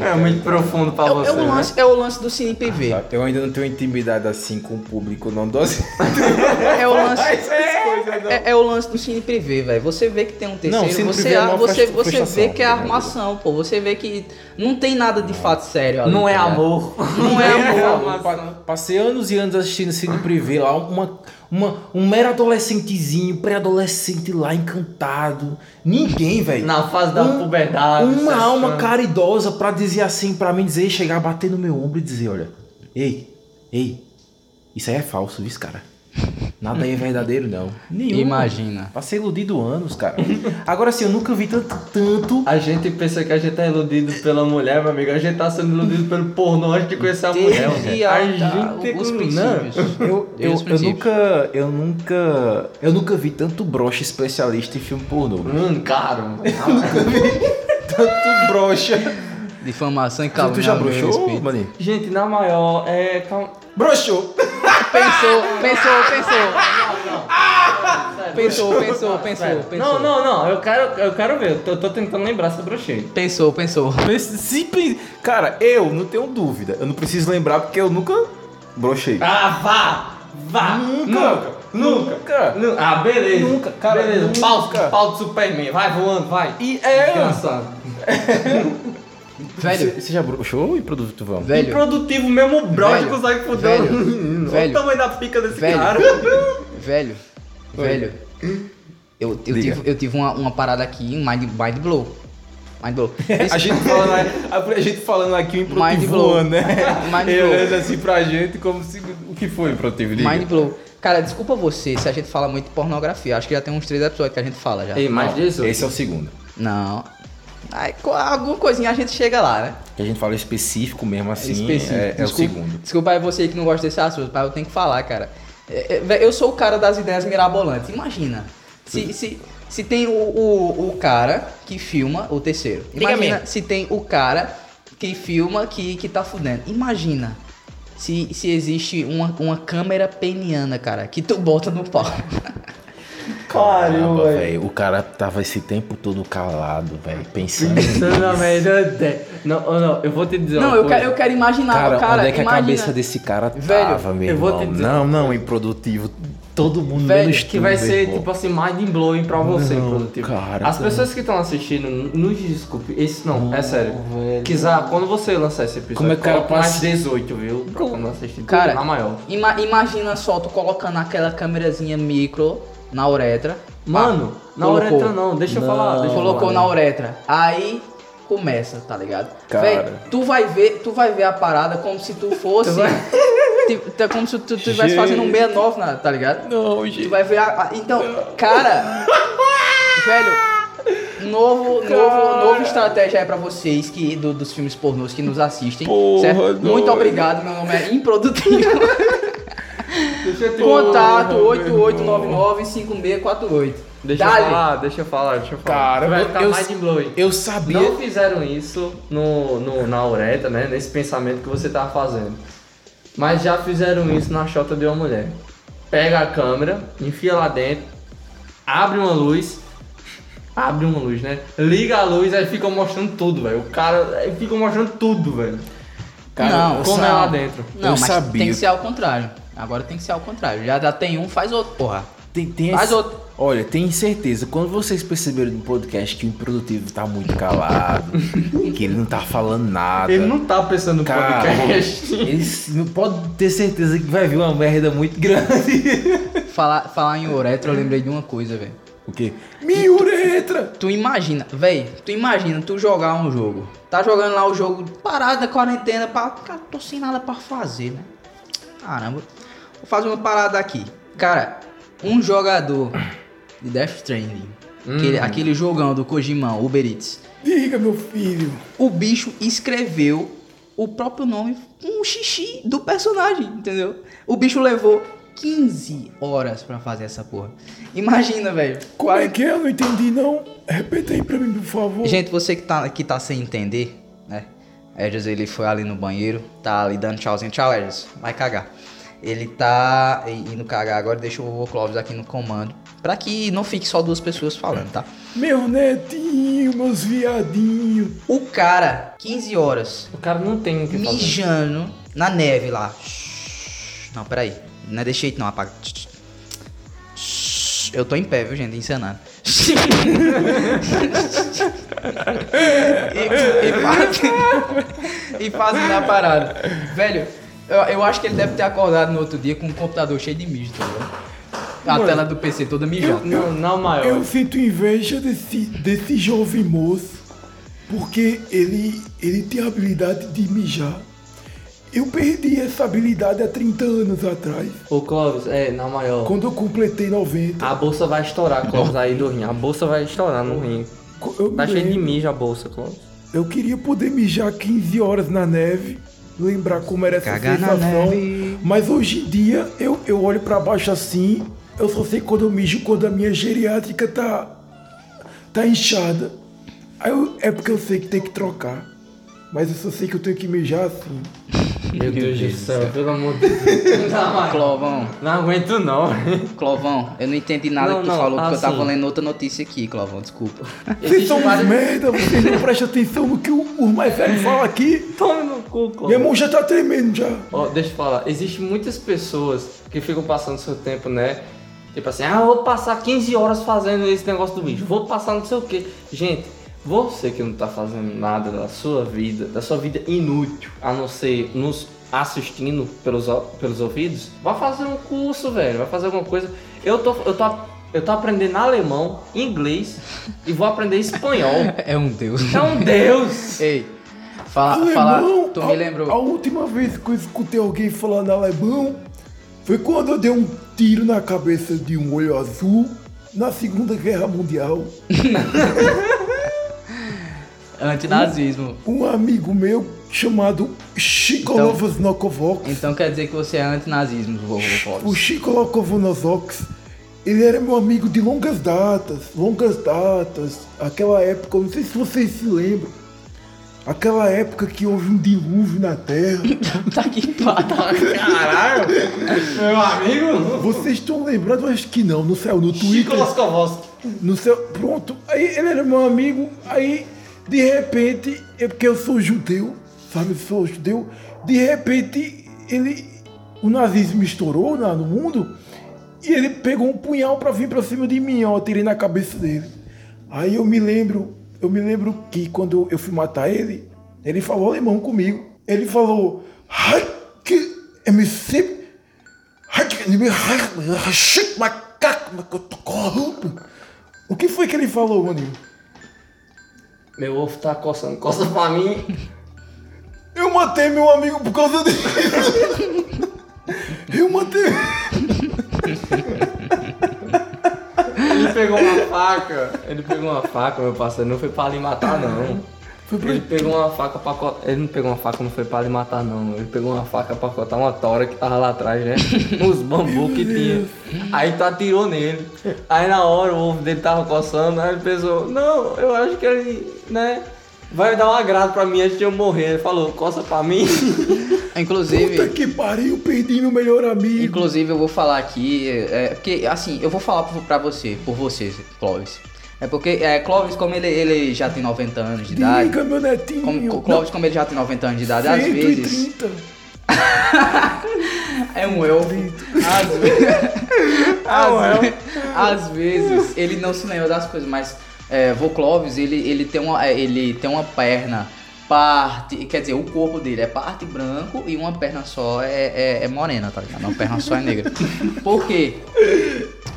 S1: É muito profundo pra
S2: É, o-
S1: você. né?
S2: é o lance, é o lance do Cine PV.
S3: Sabe? Tá? Eu ainda não tenho intimidade assim com o público, não dou
S2: É o lance.
S3: essas coisas, não.
S2: É, é o lance do cine privê, velho. Você vê que tem um terceiro,
S3: Não, cine
S2: você,
S3: privê é uma
S2: você,
S3: frust-
S2: você vê
S3: frustração,
S2: que é
S3: né,
S2: armação, pô. Você vê que não tem nada de fato sério ali.
S1: Não é
S2: tá ligado?
S1: amor.
S2: Não é amor.
S3: Eu pa- Passei anos e anos assistindo Cine Privé lá, uma, uma, um mero adolescentezinho, pré-adolescente lá, encantado. Ninguém, velho.
S1: Na fase da
S3: Um-
S1: puberdade.
S3: Uma
S2: é
S1: se
S3: alma
S1: achando.
S3: caridosa pra dizer assim, pra mim dizer, chegar, bater no meu ombro e dizer, olha, ei, ei, isso aí é falso, isso, cara. Nada aí é verdadeiro, não. Nenhum.
S2: Imagina.
S3: Passei iludido anos, cara. Agora sim, eu nunca vi tanto, tanto
S1: A gente pensa que a gente tá iludido pela mulher, meu amigo. A gente tá sendo iludido pelo pornô antes de conhecer
S3: é,
S1: a mulher.
S2: Desde
S1: velho.
S2: a-
S1: a
S2: da-
S1: gente
S2: os
S1: não-
S2: princípios.
S3: Eu, eu,
S2: Deus
S3: eu
S2: princípio.
S3: nunca. Eu nunca. Eu nunca vi tanto broxa especialista em filme pornô.
S1: Hum, caro.
S3: Tanto broxa.
S2: Difamação e calúnia.
S3: Tu já
S2: ao meu
S3: broxou,
S2: respeito.
S3: maninho?
S1: gente, na maior, é. Calma.
S3: Broxou!
S2: Pensou, pensou,
S3: Ah!
S2: pensou. Pensou, pensou, pensou, pensou.
S1: Não, não, não. Eu quero, eu quero ver. Eu tô, tô tentando lembrar sobre o cheiro.
S2: Pensou, pensou.
S3: Simples. Cara, eu não tenho dúvida. Eu não preciso lembrar porque eu nunca brochei.
S1: Ah, vá! Vá!
S3: Nunca, nunca, nunca.
S1: Nu- Ah, beleza.
S3: Nunca, cara,
S1: Beleza.
S3: nunca.
S1: Pau, pau do Superman. Vai voando, vai.
S3: E é.
S1: Engraçado.
S2: Velho,
S3: Você você já broxou e produto vamos?
S2: velho.
S1: Improdutivo mesmo, o brother
S2: Velho.
S1: consegue fuder.
S2: Velho.
S1: Olha o
S2: Velho.
S1: tamanho da pica desse
S2: Velho.
S1: cara.
S2: Velho, velho, eu, eu
S3: Diga.
S2: tive, eu tive uma, uma parada aqui, um mind, mind blow. Mind blow.
S3: A gente, falando, a- a gente falando aqui
S1: um
S3: o
S2: Mind
S3: improtivo
S2: blow.
S3: voando, né?
S2: Mind
S3: Ele
S2: blow.
S3: olhando assim pra gente como se... O que foi improtivo? Diga.
S2: Mind blow. Cara, desculpa você se a gente fala muito de pornografia. Acho que já tem uns três episódios que a gente fala já.
S1: mais disso?
S3: Esse é o segundo.
S2: Não. Aí, co- alguma coisinha a gente chega lá, né?
S3: Que a gente fala específico mesmo assim.
S2: Específico.
S3: É, é o
S2: Desculpa-
S3: segundo.
S2: Desculpa aí você que não gosta desse assunto, mas eu tenho que falar, cara. É, é, véi, Eu sou o cara das ideias mirabolantes. Imagina. Se, se, se tem o, o, o cara que filma o terceiro.
S5: Diga
S2: Imagina
S5: mesmo.
S2: se tem o cara que filma que, que tá fudendo. Imagina se, se existe uma, uma câmera peniana, cara, que tu bota no pau.
S1: Claro,
S3: Caramba,
S1: velho.
S3: velho. O cara tava esse tempo todo calado, velho. Pensando.
S1: Não, mas não tem. Não, oh, não, eu vou te dizer
S2: Não,
S1: uma
S2: eu
S1: coisa.
S2: quero, eu quero imaginar,
S3: cara,
S2: cara.
S3: onde é que
S2: imagina.
S3: a cabeça desse cara
S2: Velho,
S3: tava, meu
S1: eu vou te
S3: irmão?
S1: dizer
S3: Não, não, improdutivo.
S7: Todo mundo
S1: Velho,
S7: menos
S1: que
S7: tu,
S1: vai
S7: meu
S1: ser,
S7: irmão.
S1: tipo assim, mind blowing pra
S3: é
S1: você,
S7: Não,
S1: produtivo.
S7: cara,
S1: As
S7: cara.
S1: pessoas que estão assistindo, nos desculpe, esse não, é sério. Quiser, quando você lançar esse episódio,
S7: Como é que o cara
S1: coloca mais
S7: passa-
S1: 18, viu? Pra quando assistir,
S2: Cara,
S1: na maior.
S2: Ima- imagina só tu colocando aquela câmerazinha micro na uretra.
S1: Mano, na
S2: colocou.
S1: uretra não, deixa eu falar.
S2: Pá,
S1: Deixa eu
S2: colocou
S1: falar.
S2: na uretra. Aí começa, tá ligado?
S3: Cara.
S2: Véi, tu vai ver, tu vai ver a parada como se tu fosse. Tipo, tá como se tu estivesse fazendo um 69, na- tá ligado?
S7: Não,
S2: Tu
S7: gente.
S2: vai ver a. a- Então, cara. velho. Novo, novo, novo estratégia aí pra vocês que, do- dos filmes pornôs que nos assistem.
S7: Porra,
S2: certo?
S7: doido.
S2: Muito obrigado, meu nome é Improdutivo.
S1: Deixa eu te-
S2: Contato
S1: Porra, meu irmão.
S2: 88995648.
S1: Deixa eu
S2: Dali.
S1: falar, deixa eu falar, deixa eu falar.
S3: Cara,
S1: vai
S3: eu-
S1: ficar
S3: eu-
S1: mind blowing.
S3: Eu sabia.
S1: Não fizeram isso no, no, na uretra, né? Nesse pensamento que você tava fazendo. Mas já fizeram isso na chota de uma mulher. Pega a câmera, enfia lá dentro, abre uma luz. Abre uma luz, né? Liga a luz, aí fica mostrando tudo, velho. O cara aí fica mostrando tudo, velho.
S2: não,
S1: como
S2: não.
S1: é lá dentro.
S2: Não,
S3: Eu
S2: mas
S3: sabia.
S2: tem que ser ao contrário. Agora tem que ser ao contrário. Já, já tem um, faz outro, porra.
S3: Tem, tem
S2: Faz
S3: esse-
S2: outro.
S3: Olha, tenho certeza, quando vocês perceberam no podcast que o improdutivo tá muito calado, que ele não tá falando nada.
S1: Ele não tá pensando no
S3: Cara.
S1: podcast.
S3: Ele s- não pode ter certeza que vai vir uma merda muito grande.
S2: Falar, falar em uretra, eu lembrei de uma coisa, velho.
S3: O quê? Minha uretra!
S2: Tu imagina, véi, tu imagina tu jogar um jogo. Tá jogando lá o jogo parada, quarentena, pá. Cara, tô sem nada pra fazer, né? Caramba. Vou fazer uma parada aqui. Cara, um jogador de Death Stranding, aquele,
S1: Hum.
S2: aquele jogão do Kojimão, Uber Eats.
S3: Diga, meu filho.
S2: o bicho escreveu o próprio nome com o xixi do personagem, entendeu? O bicho levou 15 horas pra fazer essa porra. Imagina, velho.
S7: Como é que é? Eu não entendi, não. Repete aí pra mim, por favor.
S2: Gente, você que tá, que tá sem entender, né? Edges, ele foi ali no banheiro, tá ali dando tchauzinho. Tchau, Edges. Vai cagar. Ele tá i- indo cagar agora, deixa o vovô Clóvis aqui no comando. Pra que não fique só duas pessoas falando, tá?
S7: Meu netinho, meus viadinhos.
S2: O cara, 15 horas,
S1: O cara não tem o que fazer.
S2: mijando na neve lá. Shhh. Não, peraí. Não é desse jeito não, apaga. Shhh. Eu tô em pé, viu, gente? Encenando. e, e, faz- e fazendo a parada. Velho, eu, eu acho que ele deve ter acordado no outro dia com um computador cheio de mijo, tá ligado? A tela do PC toda mijando.
S1: Não, não maior.
S7: Eu sinto inveja desse, desse jovem moço, porque ele, ele tem a habilidade de mijar. Eu perdi essa habilidade há 30 anos atrás,
S1: Ô Clóvis, é, na maior.
S7: quando eu completei 90.
S1: A bolsa vai estourar, Clóvis, aí do rim. A bolsa vai estourar no rim.
S7: Co- Eu, me
S1: Tá cheio de
S7: lembro.
S1: mijo a bolsa, Clóvis.
S7: eu queria poder mijar 15 horas na neve, lembrar como era essa
S2: Cagar na
S7: sensação,
S2: neve.
S7: mas hoje em dia eu, eu olho pra baixo assim, eu só sei quando eu mijo quando a minha geriátrica tá, tá inchada. Aí eu- é porque eu sei que tem que trocar, mas eu só sei que eu tenho que mijar assim.
S1: Meu Deus do céu, pelo amor de Deus. Não, mano,
S2: Clovão,
S1: não aguento não.
S2: Clovão, eu não entendi nada
S1: Não,
S2: que tu
S1: não,
S2: falou, porque eu tava
S1: assim.
S2: lendo outra notícia aqui, Clovão, desculpa.
S7: Vocês são uns
S1: vários-
S7: merda, vocês não prestam atenção no que o, o mais velho fala aqui.
S1: Tome no cu,
S7: Minha
S1: Clóvis.
S7: mão já tá tremendo já.
S1: Ó, deixa eu falar. Existem muitas pessoas que ficam passando seu tempo, né? Tipo assim, ah, eu vou passar 15 horas fazendo esse negócio do mijo. Vou passar não sei o que. Gente, você que não tá fazendo nada da sua vida, da sua vida inútil, a não ser nos assistindo pelos, o- pelos ouvidos, vai fazer um curso, velho. Vai fazer alguma coisa. Eu tô, eu tô, eu tô aprendendo alemão, inglês e vou aprender espanhol.
S2: É um deus.
S1: É um deus!
S2: Ei, fala,
S7: Alemão,
S2: fala, tu
S7: a-
S2: me
S7: A
S2: lembrou.
S7: última vez que eu escutei alguém falando alemão foi quando eu dei um tiro na cabeça de um olho azul na Segunda Guerra Mundial.
S2: Antinazismo.
S7: Um amigo meu chamado Chico
S2: Então-
S7: Novosnokovox.
S2: Então quer dizer que você é antinazismo, vovô
S7: O
S2: Clóvis.
S7: Chico Locovonosox, ele era meu amigo de longas datas, longas datas. Aquela época, eu não sei se vocês se lembram, aquela época que houve um dilúvio na Terra.
S2: Tá que pata.
S1: Caralho! Meu amigo!
S7: Vocês estão lembrando? Acho que não, não saiu no
S1: Chico
S7: Twitter.
S1: Laskovski.
S7: No céu, pronto. Aí ele era meu amigo, aí de repente, é porque eu sou judeu, sabe? Eu sou judeu. De repente, ele. O nazismo estourou na- no mundo E ele pegou um punhal pra vir pra cima de mim, ó, eu tirei na cabeça dele. Aí eu me lembro, eu me lembro que quando eu fui matar ele, ele falou alemão comigo. Ele falou, Hack MC, Hack MC, Hack macaco, macaco, O que foi que ele falou, maninho?
S1: Meu ovo tá coçando, coça pra mim.
S7: Eu matei meu amigo por causa dele. Eu matei.
S1: Ele pegou uma faca. Ele pegou uma faca, meu parceiro. Não foi pra lhe matar, não. Ele pegou uma faca pra co- Ele não pegou uma faca, não foi pra lhe matar, não. Ele pegou uma faca pra cortar uma tora que tava lá atrás, né? Uns bambu que tinha. Aí tu atirou nele. Aí na hora o ovo dele tava coçando, aí ele pensou, não, eu acho que ele, né? Vai dar um agrado pra mim antes de eu morrer. Ele falou, coça pra mim.
S7: Puta
S2: Inclusive,
S7: que pariu, perdi meu melhor amigo.
S2: inclusive eu vou falar aqui, é, é, porque assim, eu vou falar pro- pra você, por vocês, Clóvis. É porque é, Clóvis, como ele, ele já tem 90 anos de idade,
S7: Diga, meu netinho.
S2: como, Clóvis, como ele já tem 90 anos de idade, às vezes
S7: 130.
S2: É um elfo. Às vezes. às, ve- às vezes ele não se lembra das coisas, mas é, Voclovis, ele, ele, tem uma, é, ele tem uma perna parte. Quer dizer, o corpo dele é parte branco e uma perna só é, é- é morena, tá ligado? Uma perna só é negra. Por quê?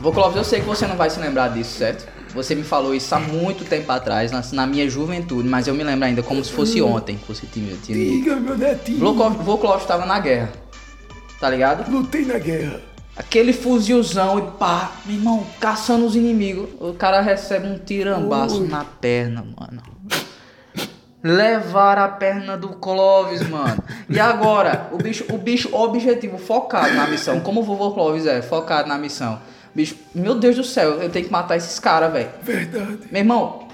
S2: Voclovis, eu sei que você não vai se lembrar disso, certo? Você me falou isso há muito tempo atrás, na, na minha juventude, mas eu me lembro ainda como se fosse ontem que você tinha. tinha... dito.
S7: Diga, meu netinho.
S2: Volkov- Volkov estava na guerra, tá ligado?
S7: Lutei na guerra.
S2: Aquele fuzilzão e pá, meu irmão, caçando os inimigos. O cara recebe um tirambaço na perna, mano. Levaram a perna do Clóvis, mano. E agora, o bicho, o bicho objetivo, focado na missão. Como o vovô Clóvis é, focado na missão. Bicho, meu Deus do céu, eu tenho que matar esses caras, velho.
S7: Verdade.
S2: Meu irmão,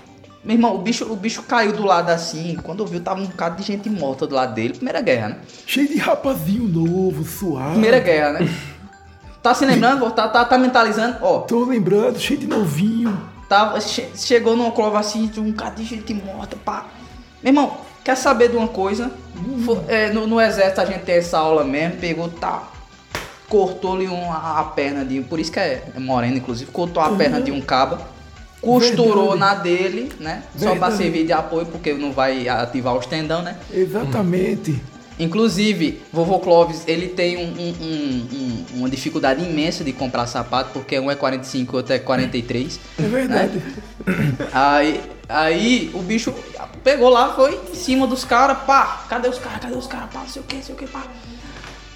S2: meu irmão, o bicho, o bicho caiu do lado assim. Quando viu, tava um bocado de gente morta do lado dele. Primeira guerra, né?
S7: Cheio de rapazinho novo, suave.
S2: Primeira guerra, né? Tá se lembrando? vô? Tá, tá, tá mentalizando? Ó,
S7: Tô lembrando, cheio de novinho.
S2: Tava, che- chegou numa cova assim, de um cara de gente morta, pá. Meu irmão, quer saber de uma coisa?
S7: Hum.
S2: Fo- é, no, no exército a gente tem essa aula mesmo, pegou, tá. Cortou-lhe um- a, a perna de um, por isso que é, é moreno, inclusive, cortou a perna de um caba, costurou
S7: Uhum.
S2: na
S7: Verdade.
S2: dele, né? Só pra
S7: Verdade.
S2: servir de apoio, porque não vai ativar os tendão, né?
S7: Exatamente.
S2: Inclusive, vovô Clóvis, ele tem um- um- um- um- uma dificuldade imensa de comprar sapato, porque um é 45, outro é 43.
S7: É verdade.
S2: Né? Aí, aí o bicho pegou lá, foi em cima dos caras, pá, cadê os caras, cadê os caras, pá, não sei o que, não sei o que, pá.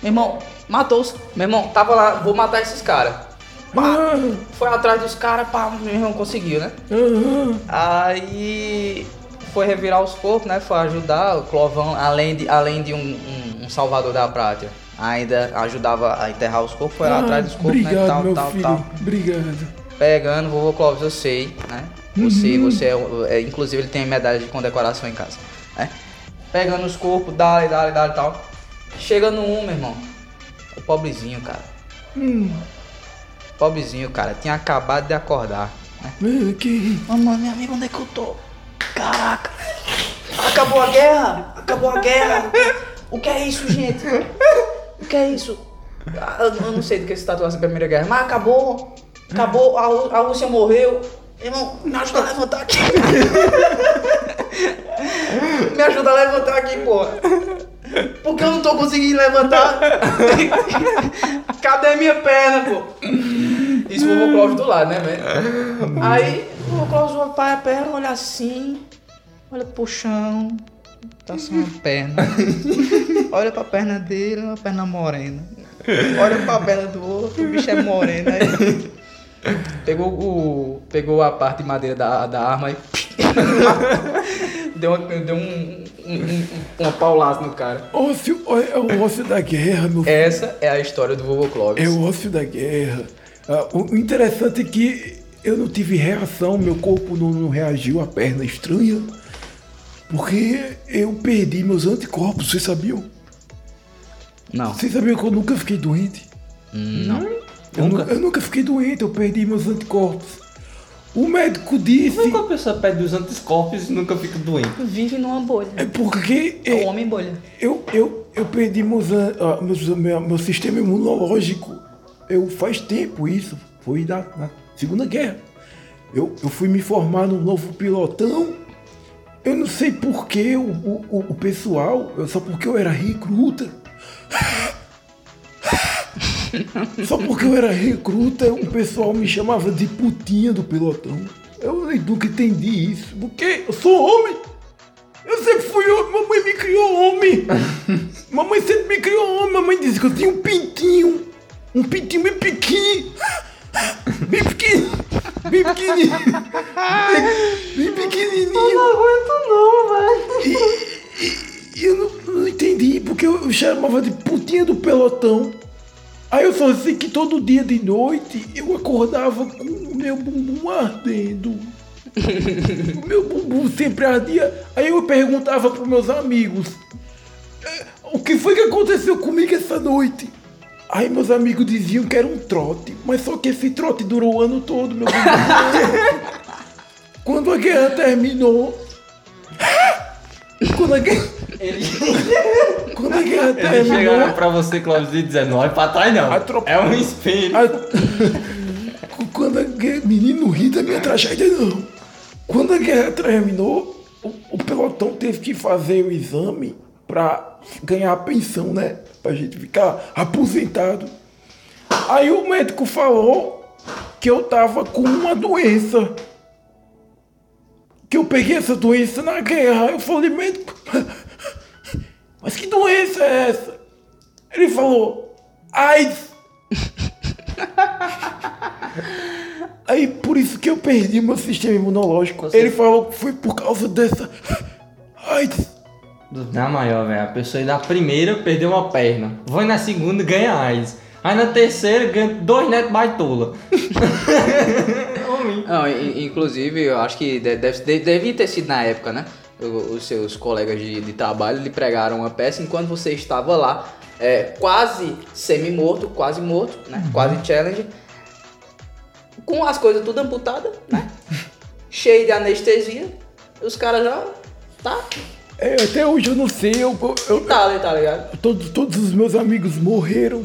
S2: Meu irmão, matou os. Meu irmão, tava lá, vou matar esses caras. Pá,
S7: Mano,
S2: foi atrás dos caras, pá, meu irmão conseguiu, né?
S7: aham.
S2: Aí foi revirar os corpos, né? Foi ajudar o Clovão, além de, além de um, um- um salvador da prática. Ainda ajudava a enterrar os corpos, foi lá atrás dos corpos,
S7: ah, Obrigado,
S2: né? Tal,
S7: meu
S2: tal,
S7: filho.
S2: tal
S7: Obrigado.
S2: pegando, vovô Clóvis, eu sei, né? Você, você é, o- é. Inclusive, ele tem medalha de condecoração em casa, né? Pegando os corpos, dali, dali, dali e tal. Chega no um, meu irmão. O pobrezinho, cara. Pobrezinho, cara. Tinha acabado de acordar. Né?
S7: Mano, que...
S2: Mamãe, meu amigo, onde é que eu tô? Caraca! Acabou a guerra! Acabou a guerra! O que é isso, gente? O que é isso? Ah, Eu eu não sei do que se tratou essa Primeira Guerra, mas acabou! Acabou, a, Rú- a Rússia morreu! Irmão, me ajuda a levantar aqui! me ajuda a levantar aqui, porra! Porque eu não tô conseguindo levantar! Cadê minha perna, pô? Isso foi o Clóvis do lado, né, velho? Aí o Clóvis olha pra perna, olha assim, olha pro chão, tá só uma perna. Olha pra perna dele, uma perna morena. Olha pra perna do outro, o bicho é moreno. Aí... Pegou o. Pegou a parte de madeira da, da arma e. deu uma, deu um, um, um, uma paulada no cara.
S7: Ócio, ó, é o ócio da guerra, meu filho.
S2: Essa é a história do vovô Clóvis.
S7: É o ócio da guerra. Ah, o interessante é que eu não tive reação, meu corpo não, não reagiu à perna estranha, porque eu perdi meus anticorpos, vocês sabiam?
S2: Não.
S7: Vocês sabiam que eu nunca fiquei doente? Hum, Não. Eu nunca, eu nunca fiquei doente, eu perdi meus anticorpos. O médico disse.
S1: Nunca a pessoa perde os anticorpos e nunca fica doente.
S4: Vive numa bolha.
S7: É porque.
S2: É
S7: é,
S2: o homem bolha.
S7: Eu, eu, eu perdi meus, an- ah, meus- meu, meu sistema imunológico. eu faz tempo isso, foi na, na Segunda Guerra. Eu, eu fui me formar num novo pilotão. Eu não sei porquê o, o, o- o pessoal, eu- só porque eu era recruta. Só porque eu era recruta, o pessoal me chamava de putinha do pilotão. Eu nem nunca entendi isso, porque eu sou homem. Eu sempre fui homem, mamãe me criou homem. mamãe sempre me criou homem, mamãe disse que eu tinha um pintinho. Um pintinho bem pequeno. Bem pequeno. Bem pequenininho. Bem, bem pequenininho. Eu não aguento não, velho. E, e eu não, não entendi, porque eu chamava de putinha do pelotão. Aí eu só sei que todo dia de noite eu acordava com o meu bumbum ardendo. o meu bumbum sempre ardia. Aí eu perguntava pros meus amigos: "É, O que foi que aconteceu comigo essa noite? Aí meus amigos diziam que era um trote, mas só que esse trote durou o ano todo, meu bumbum. Quando a guerra terminou. Quando a guerra. Quando a guerra
S1: Ele
S7: terminou.
S1: chega pra você, Cláudio, e dizendo, não olha pra trás não.
S7: Atrope-
S1: É um espelho.
S7: Ah, qu- Quando a guerra, menino ri da minha tragédia, não. Quando a guerra terminou, o, o pelotão teve que fazer o exame pra ganhar a pensão, né? Pra gente ficar aposentado. Aí o médico falou que eu tava com uma doença. Que eu peguei essa doença na guerra. Eu falei, médico, mas que doença é essa? Ele falou, AIDS. Aí por isso que eu perdi meu sistema imunológico. Ele falou que foi por causa dessa. Ai,
S1: Na maior, velho. A pessoa da primeira perdeu uma perna. Vai na segunda ganha AIDS. Aí na terceira ganha dois netos baitola.
S2: Não, i- inclusive, eu acho que de- deve, de- devia ter sido na época, né? O- Os seus colegas de, de trabalho lhe pregaram uma peça enquanto você estava lá, é, quase semi-morto, quase morto, né? Quase challenge, com as coisas tudo amputadas, né? Cheio de anestesia, os caras já. Tá,
S7: é, até hoje eu não sei, eu, eu-
S2: tá, tá ligado?
S7: eu- todos, todos os meus amigos morreram,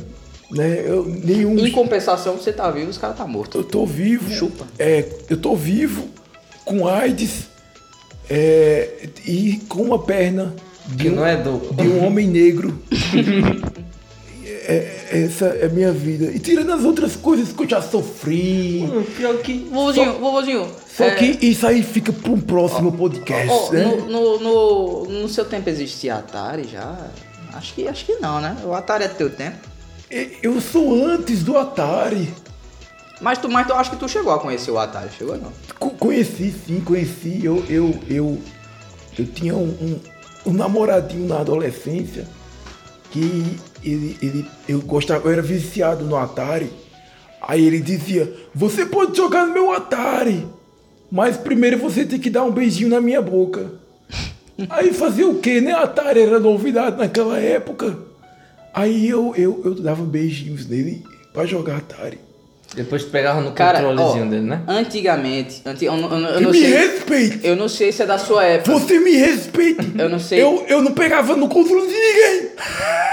S7: né? Eu, nenhum.
S2: Em compensação, você tá vivo, os caras tá morto.
S7: Eu tô vivo.
S2: Chupa.
S7: É, eu tô vivo com AIDS é, e com uma perna
S1: Que não é do.
S7: de um homem negro. É- é- essa é a minha vida. E tirando as outras coisas que eu já sofri.
S1: Pior que.
S2: Vovozinho, vovozinho.
S7: Só
S2: é,
S7: que isso aí fica para um próximo podcast,
S2: Ó,
S7: né?
S2: no, no, no- no seu tempo existia Atari já? Acho que, acho que não, né? O Atari é do teu tempo.
S7: E- Eu sou antes do Atari.
S2: Mas tu, mas tu acho que tu chegou a conhecer o Atari, chegou não?
S7: Co- conheci, sim, conheci. Eu, eu, eu, eu tinha um, um- um namoradinho na adolescência que ele, ele, eu gostava, eu era viciado no Atari. Aí ele dizia: Você pode jogar no meu Atari, mas primeiro você tem que dar um beijinho na minha boca. Aí fazia o quê, né? Atari era novidade naquela época. Aí eu, eu, eu dava beijinhos nele pra jogar Atari.
S1: Depois tu pegava no
S2: Cara,
S1: controlezinho
S2: ó,
S1: dele, né?
S2: Antigamente, anti, eu, não- eu não- eu
S7: E
S2: não
S7: me
S2: sei,
S7: respeite!
S2: eu não sei se é da sua época.
S7: Você me respeite!
S2: Eu não sei.
S7: Eu, eu não pegava no controle de ninguém!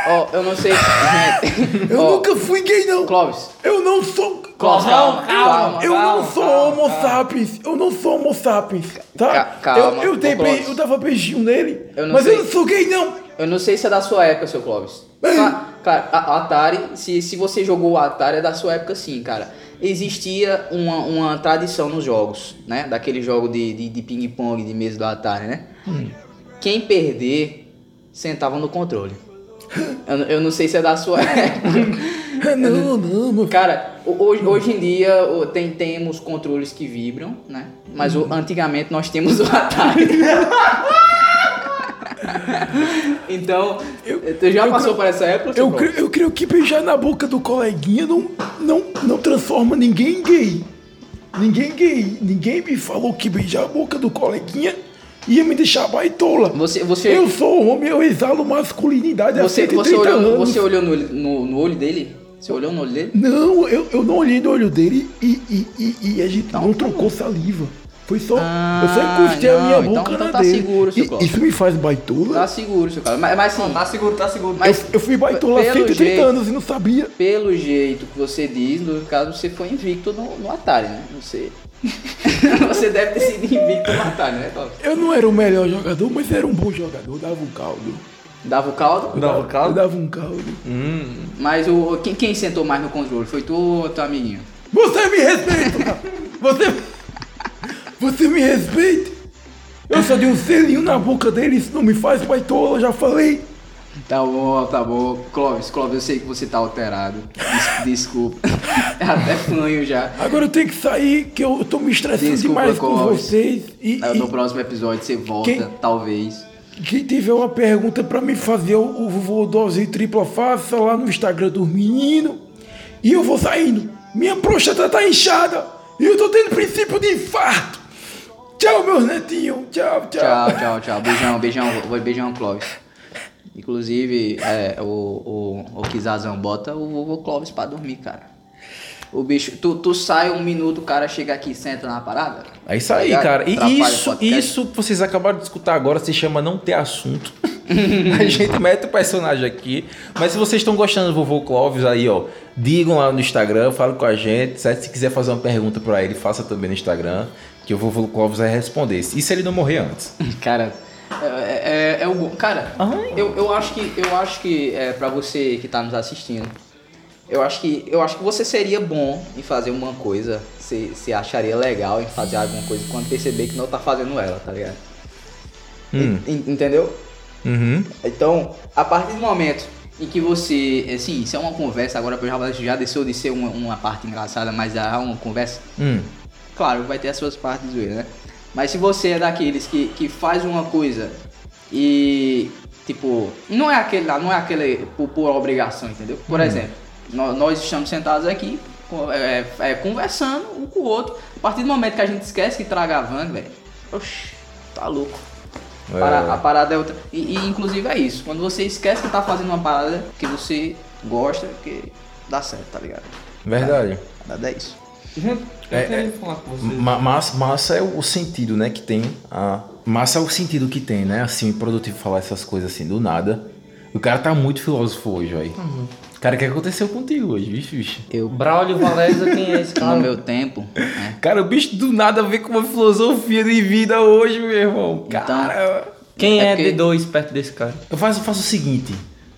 S2: Ó, eu não sei. Gente,
S7: Eu
S2: ó,
S7: nunca fui gay, não!
S2: Clóvis,
S7: Eu não sou.
S2: Calma, calma, calma,
S7: eu
S2: calma,
S7: não sou
S2: calma,
S7: Homo sapiens. Eu não sou Homo sapiens. Tá?
S2: Ca- calma,
S7: eu, eu, dei
S2: ô,
S7: bem-
S2: Clóvis.
S7: eu dava beijinho nele.
S2: Eu não
S7: mas
S2: sei.
S7: eu não sou gay, não.
S2: eu não sei se é da sua época, seu Clóvis. Cla- Claro, a- a Atari, se, se você jogou o Atari, é da sua época sim, cara. Existia uma, uma tradição nos jogos, né? Daquele jogo de, de, de ping-pong de mesa do Atari, né? Quem perder, sentava no controle. Eu, eu não sei se é da sua época.
S7: Não, não, meu
S2: Cara, ho- hoje, hoje em dia o- tem, temos controles que vibram, né? Mas
S7: Uhum.
S2: o- antigamente nós temos o Atari. então, tu já passou por essa época? seu
S7: Eu,
S2: Clóvis?
S7: cre- eu creio que beijar na boca do coleguinha não, não, não transforma ninguém em gay. Ninguém gay. Ninguém me falou que beijar a boca do coleguinha ia me deixar baitola.
S2: Você- você-
S7: Eu sou um homem, eu exalo masculinidade há
S2: Você,
S7: 130
S2: você olhou,
S7: anos.
S2: você olhou no, olho- no, no olho dele? Você olhou no olho dele?
S7: Não, eu, eu não olhei no olho dele e, e, e, e a gente não, trocou saliva. Foi só.
S2: Ah,
S7: eu só encostei a minha
S2: não, então-
S7: boca
S2: então
S7: na
S2: tá
S7: dele.
S2: seguro, seu
S7: E-
S2: Cláudio.
S7: Isso me faz baitola?
S2: Tá seguro, seu cara. Mas, mas assim,
S1: Tá seguro, tá seguro.
S2: mas
S7: eu, eu fui baitola há
S2: pelo
S7: 130
S2: jeito-
S7: anos e não sabia.
S2: pelo jeito que você diz, no caso você foi invicto no, no Atari, né? Você. você deve ter sido invicto no Atari, né, Cláudio?
S7: Eu não era o melhor jogador, mas era um bom jogador. Dava um caldo.
S2: Dava o caldo,
S1: Dava o caldo?
S7: Eu dava um caldo.
S2: mas o, quem, quem sentou mais no controle? Foi tu ou teu amiguinho?
S7: Você me respeita! Você. Você me respeita! Eu só dei um selinho na boca dele, isso não me faz baitola, já falei.
S2: Tá bom, tá bom. Clóvis, Clóvis, eu sei que você tá alterado. Des- Desculpa. É Até fanho já.
S7: Agora eu tenho que sair, que eu tô me estressando
S2: Desculpa,
S7: demais com
S2: Clóvis. É,
S7: vocês. E,
S2: Aí No
S7: e
S2: próximo episódio você volta,
S7: Quem-
S2: talvez.
S7: quem tiver uma pergunta pra me fazer, o vovô Dose Tripla Faça lá no Instagram do menino. E eu vou saindo. Minha próstata tá inchada. E eu tô tendo princípio de infarto. Tchau, meus netinhos. Tchau, tchau.
S2: Tchau, tchau, tchau. Beijão, beijão, vou- beijão, Clóvis. Inclusive, é, o, o, o Kizazão bota o vovô Clóvis pra dormir, cara. O bicho, tu, tu sai um minuto, o cara chega aqui e senta na parada.
S3: É isso aí,
S2: Tá ligado?
S3: cara. E
S2: Atrapalha o
S3: isso,
S2: podcast.
S3: isso que vocês acabaram de escutar agora se chama não ter assunto. a gente mete o personagem aqui. Mas se vocês estão gostando do vovô Clóvis aí, ó, digam lá no Instagram, falem com a gente. certo? Se quiser fazer uma pergunta pra ele, faça também no Instagram, que o vovô Clóvis vai responder. E se ele não morrer antes?
S2: Cara, é, é, é o bom. Cara, eu, eu acho que eu acho que é, para você que tá nos assistindo, eu acho que eu acho que você seria bom em fazer uma coisa, você, você acharia legal em fazer alguma coisa quando perceber que não tá fazendo ela, tá ligado?
S3: Hum.
S2: En- entendeu?
S3: Uhum.
S2: Então, a partir do momento em que você, assim, isso é uma conversa agora, porque já, já desceu de ser uma, uma parte engraçada, mas é uma conversa
S3: Hum.
S2: Claro, vai ter as suas partes zoeiras, né? Mas se você é daqueles que, que faz uma coisa e, tipo, não é aquele lá, não é aquele por, por obrigação, entendeu? Por exemplo, nó- nós, estamos sentados aqui co- é, é, conversando um com o outro. A partir do momento que a gente esquece que tá gravando, velho, oxi, tá louco.
S3: É.
S2: Para- a parada é outra. E, e, inclusive é isso, quando você esquece que tá fazendo uma parada que você gosta, que dá certo, tá ligado?
S3: Verdade.
S2: A parada é isso.
S1: Gente, eu
S3: É,
S1: queria falar com vocês.
S3: Ma- mas- massa é o sentido, né, que tem. A... Massa é o sentido que tem, né? Assim, produtivo falar essas coisas assim do nada. O cara tá muito filósofo hoje, aí. Cara, o que aconteceu contigo hoje, bicho, bicho?
S2: Eu
S1: Braulio Valéria, quem é esse cara?
S2: no meu tempo, né?
S3: Cara, o bicho do nada vem com uma filosofia de vida hoje, meu irmão. Cara.
S1: Quem
S2: É
S1: é,
S2: porque-
S1: D2 perto desse cara?
S3: Eu faço, faço o seguinte: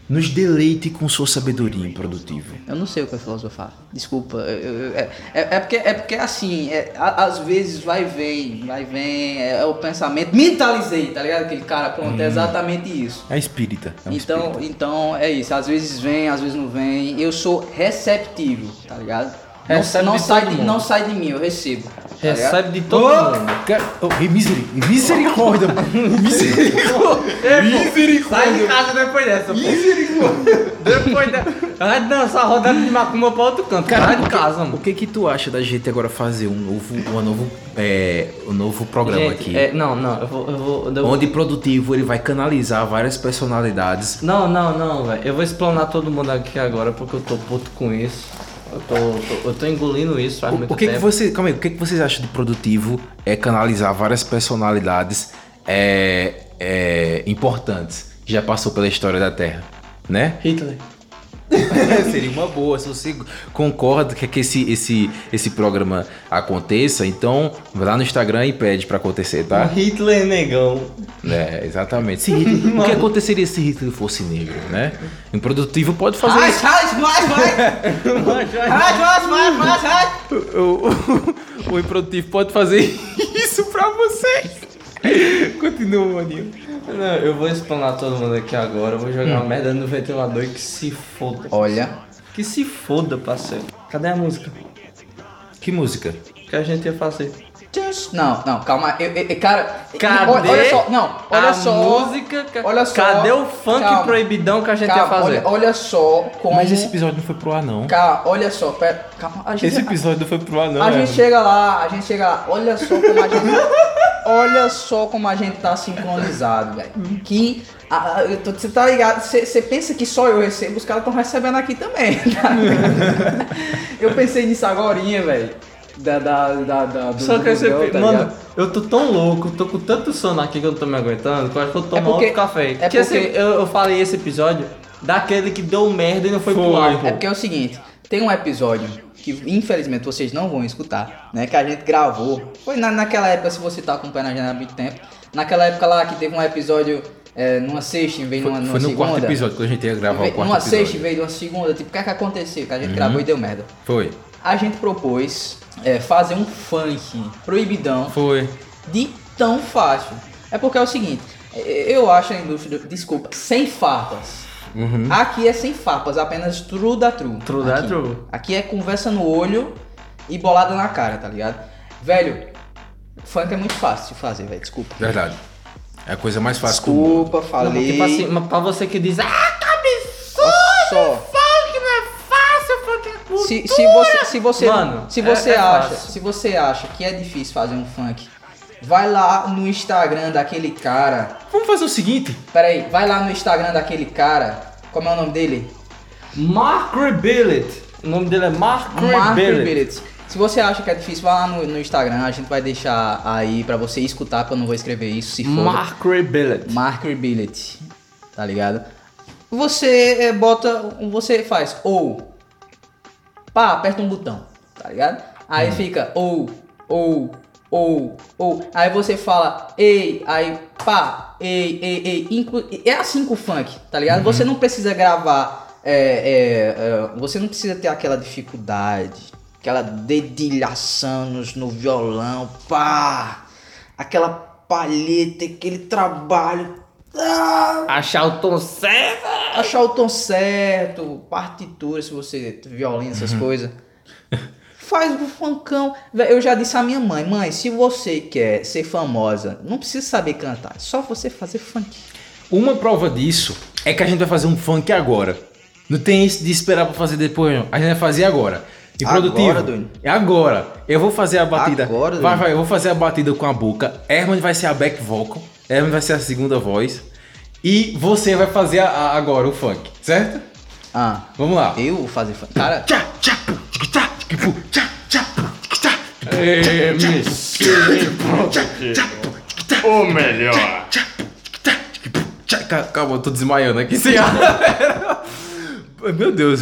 S3: nos deleite com sua sabedoria produtiva.
S2: Eu não sei o que é filosofar. Desculpa. eu- eu- é, é- é porque, é porque assim, é, a- às vezes vai e vem, vai e vem, é, é o pensamento. Mentalizei, tá ligado? Aquele cara, pronto, é
S1: Hum.
S2: exatamente isso.
S3: É espírita. É um
S2: Então,
S3: espírita.
S2: então é isso. Às vezes vem, às vezes não vem. Eu sou receptivo, tá ligado? Não-
S1: Recebe
S2: não,
S1: de
S2: sai
S1: todo
S2: de,
S1: mundo.
S2: não sai de mim, eu recebo. tá ligado?
S1: Recebe de todo mundo.
S3: Cara, oh, e miseri- e misericórdia, mano. Misericórdia.
S1: Sai de casa depois dessa. Misericórdia. Depois dessa. Vai dançar a rodada de macumba é pra outro canto. Sai de casa,
S3: O
S1: mano.
S3: que que tu acha da gente agora fazer um novo, um novo, é, um novo programa
S1: Gente,
S3: aqui?
S1: é, não, não, eu vou. Eu vou eu-
S3: Onde produtivo ele vai canalizar várias personalidades.
S1: Não, não, não, velho. Eu vou explanar todo mundo aqui agora porque eu tô puto com isso. Eu tô, eu tô, eu tô engolindo isso faz muito
S3: O, o que que
S1: tempo.
S3: você, calma aí, o que que vocês acham de produtivo é canalizar várias personalidades é, é, importantes que já passou pela história da Terra, né?
S1: Hitler.
S3: Seria uma boa. Se você concorda que, que esse, esse, esse programa aconteça, então vai lá no Instagram e pede pra acontecer, tá?
S1: Ah, Hitler negão.
S3: É, exatamente. Se Hitler, o que aconteceria se Hitler fosse negro, né? Improdutivo pode fazer
S2: Ai,
S3: isso.
S2: ai, vai, vai! Ai, vai, vai, vai, vai!
S3: O, o- o improdutivo pode fazer isso pra vocês. Continua, maninho.
S1: Não, eu vou explanar todo mundo aqui agora. Eu vou
S3: Hum.
S1: jogar uma merda no ventilador e que se foda.
S2: Olha,
S1: Que se foda, parceiro. Cadê a música?
S3: Que música?
S1: que a gente ia fazer?
S2: não, não, calma, eu, eu- eu- cara,
S1: Cadê
S2: olha, olha só, não, olha
S1: a
S2: só,
S1: música. que-
S2: olha só.
S1: Cadê o funk
S2: Calma.
S1: proibidão que a gente ia
S2: Calma,
S1: fazer?
S2: Olha, olha só como.
S3: Mas esse episódio não foi pro ar, não.
S2: Calma, olha só, pera. Calma, a gente.
S3: Esse episódio não foi pro ar, não.
S2: a
S3: é.
S2: gente chega lá, a gente chega lá. Olha só como a gente. olha só como a gente tá sincronizado, velho. Que. a- a- eu tô- Você tá ligado? Você você pensa que só eu recebo, os caras estão recebendo aqui também. tá ligado? eu pensei nisso agora, velho.
S8: da, da, da, da- do
S1: Só que aí você.
S8: Google, tá
S1: mano,
S8: ligado?
S1: eu tô tão louco, tô com tanto sono aqui que eu não tô me aguentando, que eu acho que eu vou tomar
S2: porque-
S1: outro café.
S2: é
S1: Porque, assim,
S2: porque-
S1: eu, eu falei esse episódio daquele que deu merda e não foi, pro ar.
S2: É porque é o seguinte, tem um episódio que infelizmente vocês não vão escutar, né? Que a gente gravou. Foi na, naquela época, se você tá acompanhando a gente há muito tempo. Naquela época lá que teve um episódio é, numa sexta, em vez de
S3: Foi,
S2: uma, numa
S3: foi no
S2: segunda.
S3: quarto episódio, quando a gente ia gravar
S2: Ve-
S3: o quarto
S2: numa
S3: episódio. Uhum.
S2: sexta, em vez de uma segunda. Tipo, o que é que aconteceu? Que a gente gravou e deu merda.
S3: Foi.
S2: A gente propôs é, fazer um funk proibidão
S3: Foi.
S2: de tão fácil. É porque é o seguinte, eh, eu acho a indústria, desculpa, sem farpas.
S3: Uhum.
S2: Aqui é sem farpas, apenas true da true.
S1: True da
S2: Aqui.
S1: true.
S2: Aqui é conversa no olho e bolada na cara, tá ligado? Velho, funk é muito fácil de fazer, velho, desculpa.
S3: Verdade. É a coisa mais fácil. do mundo.
S2: Desculpa,
S1: Não,
S2: falei.
S1: Tipo assim, mas pra você que diz. Ah,
S2: só.
S1: é
S2: Se, se você, se você,
S1: Mano,
S2: se
S1: é-
S2: você
S1: é
S2: acha,
S1: fácil.
S2: se você acha que é difícil fazer um funk, vai lá no Instagram daquele cara.
S3: Vamos fazer o seguinte.
S2: Pera aí, vai lá no Instagram daquele cara. Como é o nome dele?
S1: Mark Rebillet. O nome dele é Mark
S2: Mark
S1: Rebillet.
S2: Billet. Se você acha que é difícil, vai lá no, no Instagram. A gente vai deixar aí pra você escutar, porque eu não vou escrever isso, se for.
S1: Mark Rebillet.
S2: Marker Billet, tá ligado? Você é, bota, você faz ou pá, aperta um botão, tá ligado? Aí fica ou, ou, ou, ou. Aí você fala ei, aí pá, ei, ei, ei. Inclu- é assim com o funk, tá ligado? Você não precisa gravar, é, é, é, você não precisa ter aquela dificuldade, aquela dedilhação nos- no violão, pá, aquela palheta, aquele trabalho. Ah,
S1: Achar o Tom certo.
S2: achar o tom certo, partitura, se você violina essas coisas. Faz o funkão. Véi, Eu já disse à minha mãe, mãe, se você quer ser famosa, não precisa saber cantar, é só você fazer funk.
S3: Uma prova disso é que a gente vai fazer um funk agora. Não tem isso de esperar pra fazer depois, não. A gente vai fazer agora. E
S2: Agora,
S3: produtivo.
S2: Duny?
S3: É agora. Eu vou fazer a batida.
S2: Agora,
S3: vai,
S2: Duny?
S3: vai, eu vou fazer a batida com a boca. Herman vai ser a back vocal. Herman vai ser a segunda voz. E você vai fazer a- a- agora o funk, certo?
S2: Ah,
S3: Vamos lá.
S2: eu vou fazer funk. Cara,
S3: Ca- Calma, eu tô desmaiando aqui sem ar. Meu Deus.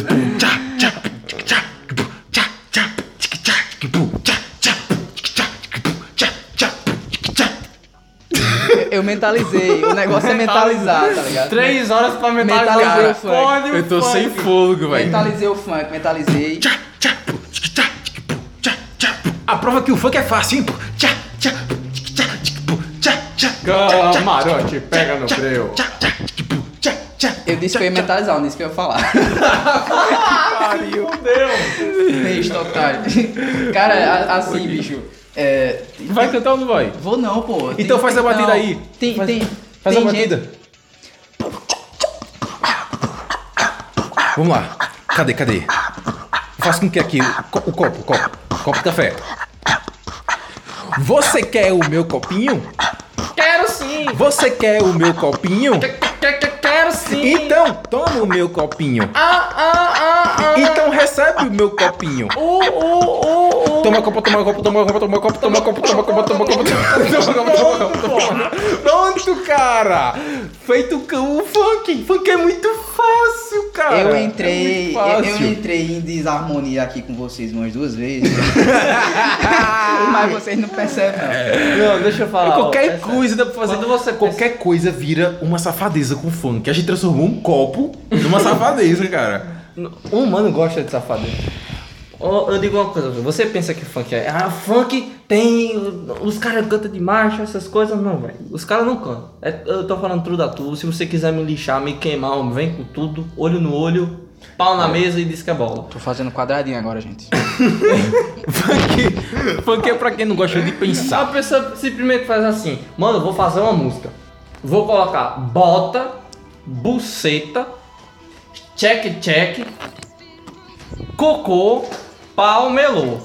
S2: eu mentalizei. O negócio é mentalizar, tá ligado?
S1: Três horas pra mentalizar.
S2: Mentalizei o
S1: Olha
S2: funk.
S1: o
S3: Eu tô
S1: funk.
S3: sem fôlego, velho.
S2: Mentalizei o funk, mentalizei.
S3: A prova que o funk é fácil, hein? tipo,
S1: Camarote, pega no breu.
S2: Eu disse que eu ia mentalizar, eu não disse que eu ia falar. Beijo, otário. Cara, a- assim, bicho. É,
S3: Vai cantar ou não vai?
S2: Vou não, pô. Tem-
S3: Então faz a
S2: tem-
S3: batida
S2: não.
S3: aí.
S2: Tem,
S3: Faz-
S2: tem.
S3: Faz a
S2: tem
S3: batida.
S2: gente-
S3: Vamos lá. Cadê, cadê? Faz com que aqui. O co- o copo, o copo. Copo de café. Você quer o meu copinho?
S1: Quero sim.
S3: Você quer o meu copinho?
S1: Que- que- Quero sim.
S3: Então, toma o meu copinho.
S1: Ah, ah, ah, ah.
S3: Então recebe o meu copinho.
S1: Uh, uh, uh, uh.
S3: Toma copo, toma copo, toma copo, toma copo, toma copo, toma copo, toma copo, toma copo, toma copo, toma copo, toma copo. Pronto, cara! Feito com o funk. Funk é muito fácil, cara.
S2: Eu
S3: É muito
S2: entrei, eu,
S3: fácil.
S2: eu entrei em desarmonia aqui com vocês umas duas vezes. Mas vocês não percebem, não.
S1: É.
S3: É.
S1: Não, deixa eu falar. ó,
S3: Qualquer
S1: essa- é
S3: coisa dá pra fazer.
S1: Quando você
S3: Qualquer coisa vira uma safadeza com funk. A gente transformou um copo numa safadeza, cara.
S1: Um humano gosta de safadeza. Ó, Eu digo uma coisa, você pensa que funk é. Ah, funk tem. Os caras cantam de marcha, essas coisas. Não, velho. Os caras não cantam. É- eu tô falando tudo da tu. Se você quiser me lixar, me queimar, homem, vem com tudo, olho no olho, pau na mesa e diz que é bola.
S2: Tô fazendo quadradinho agora, gente.
S3: Funk, funk é pra quem não gosta de
S1: A
S3: pensar.
S1: pessoa simplesmente faz assim, mano, eu vou fazer uma música. Vou colocar bota, buceta, check check, cocô, pau, melô.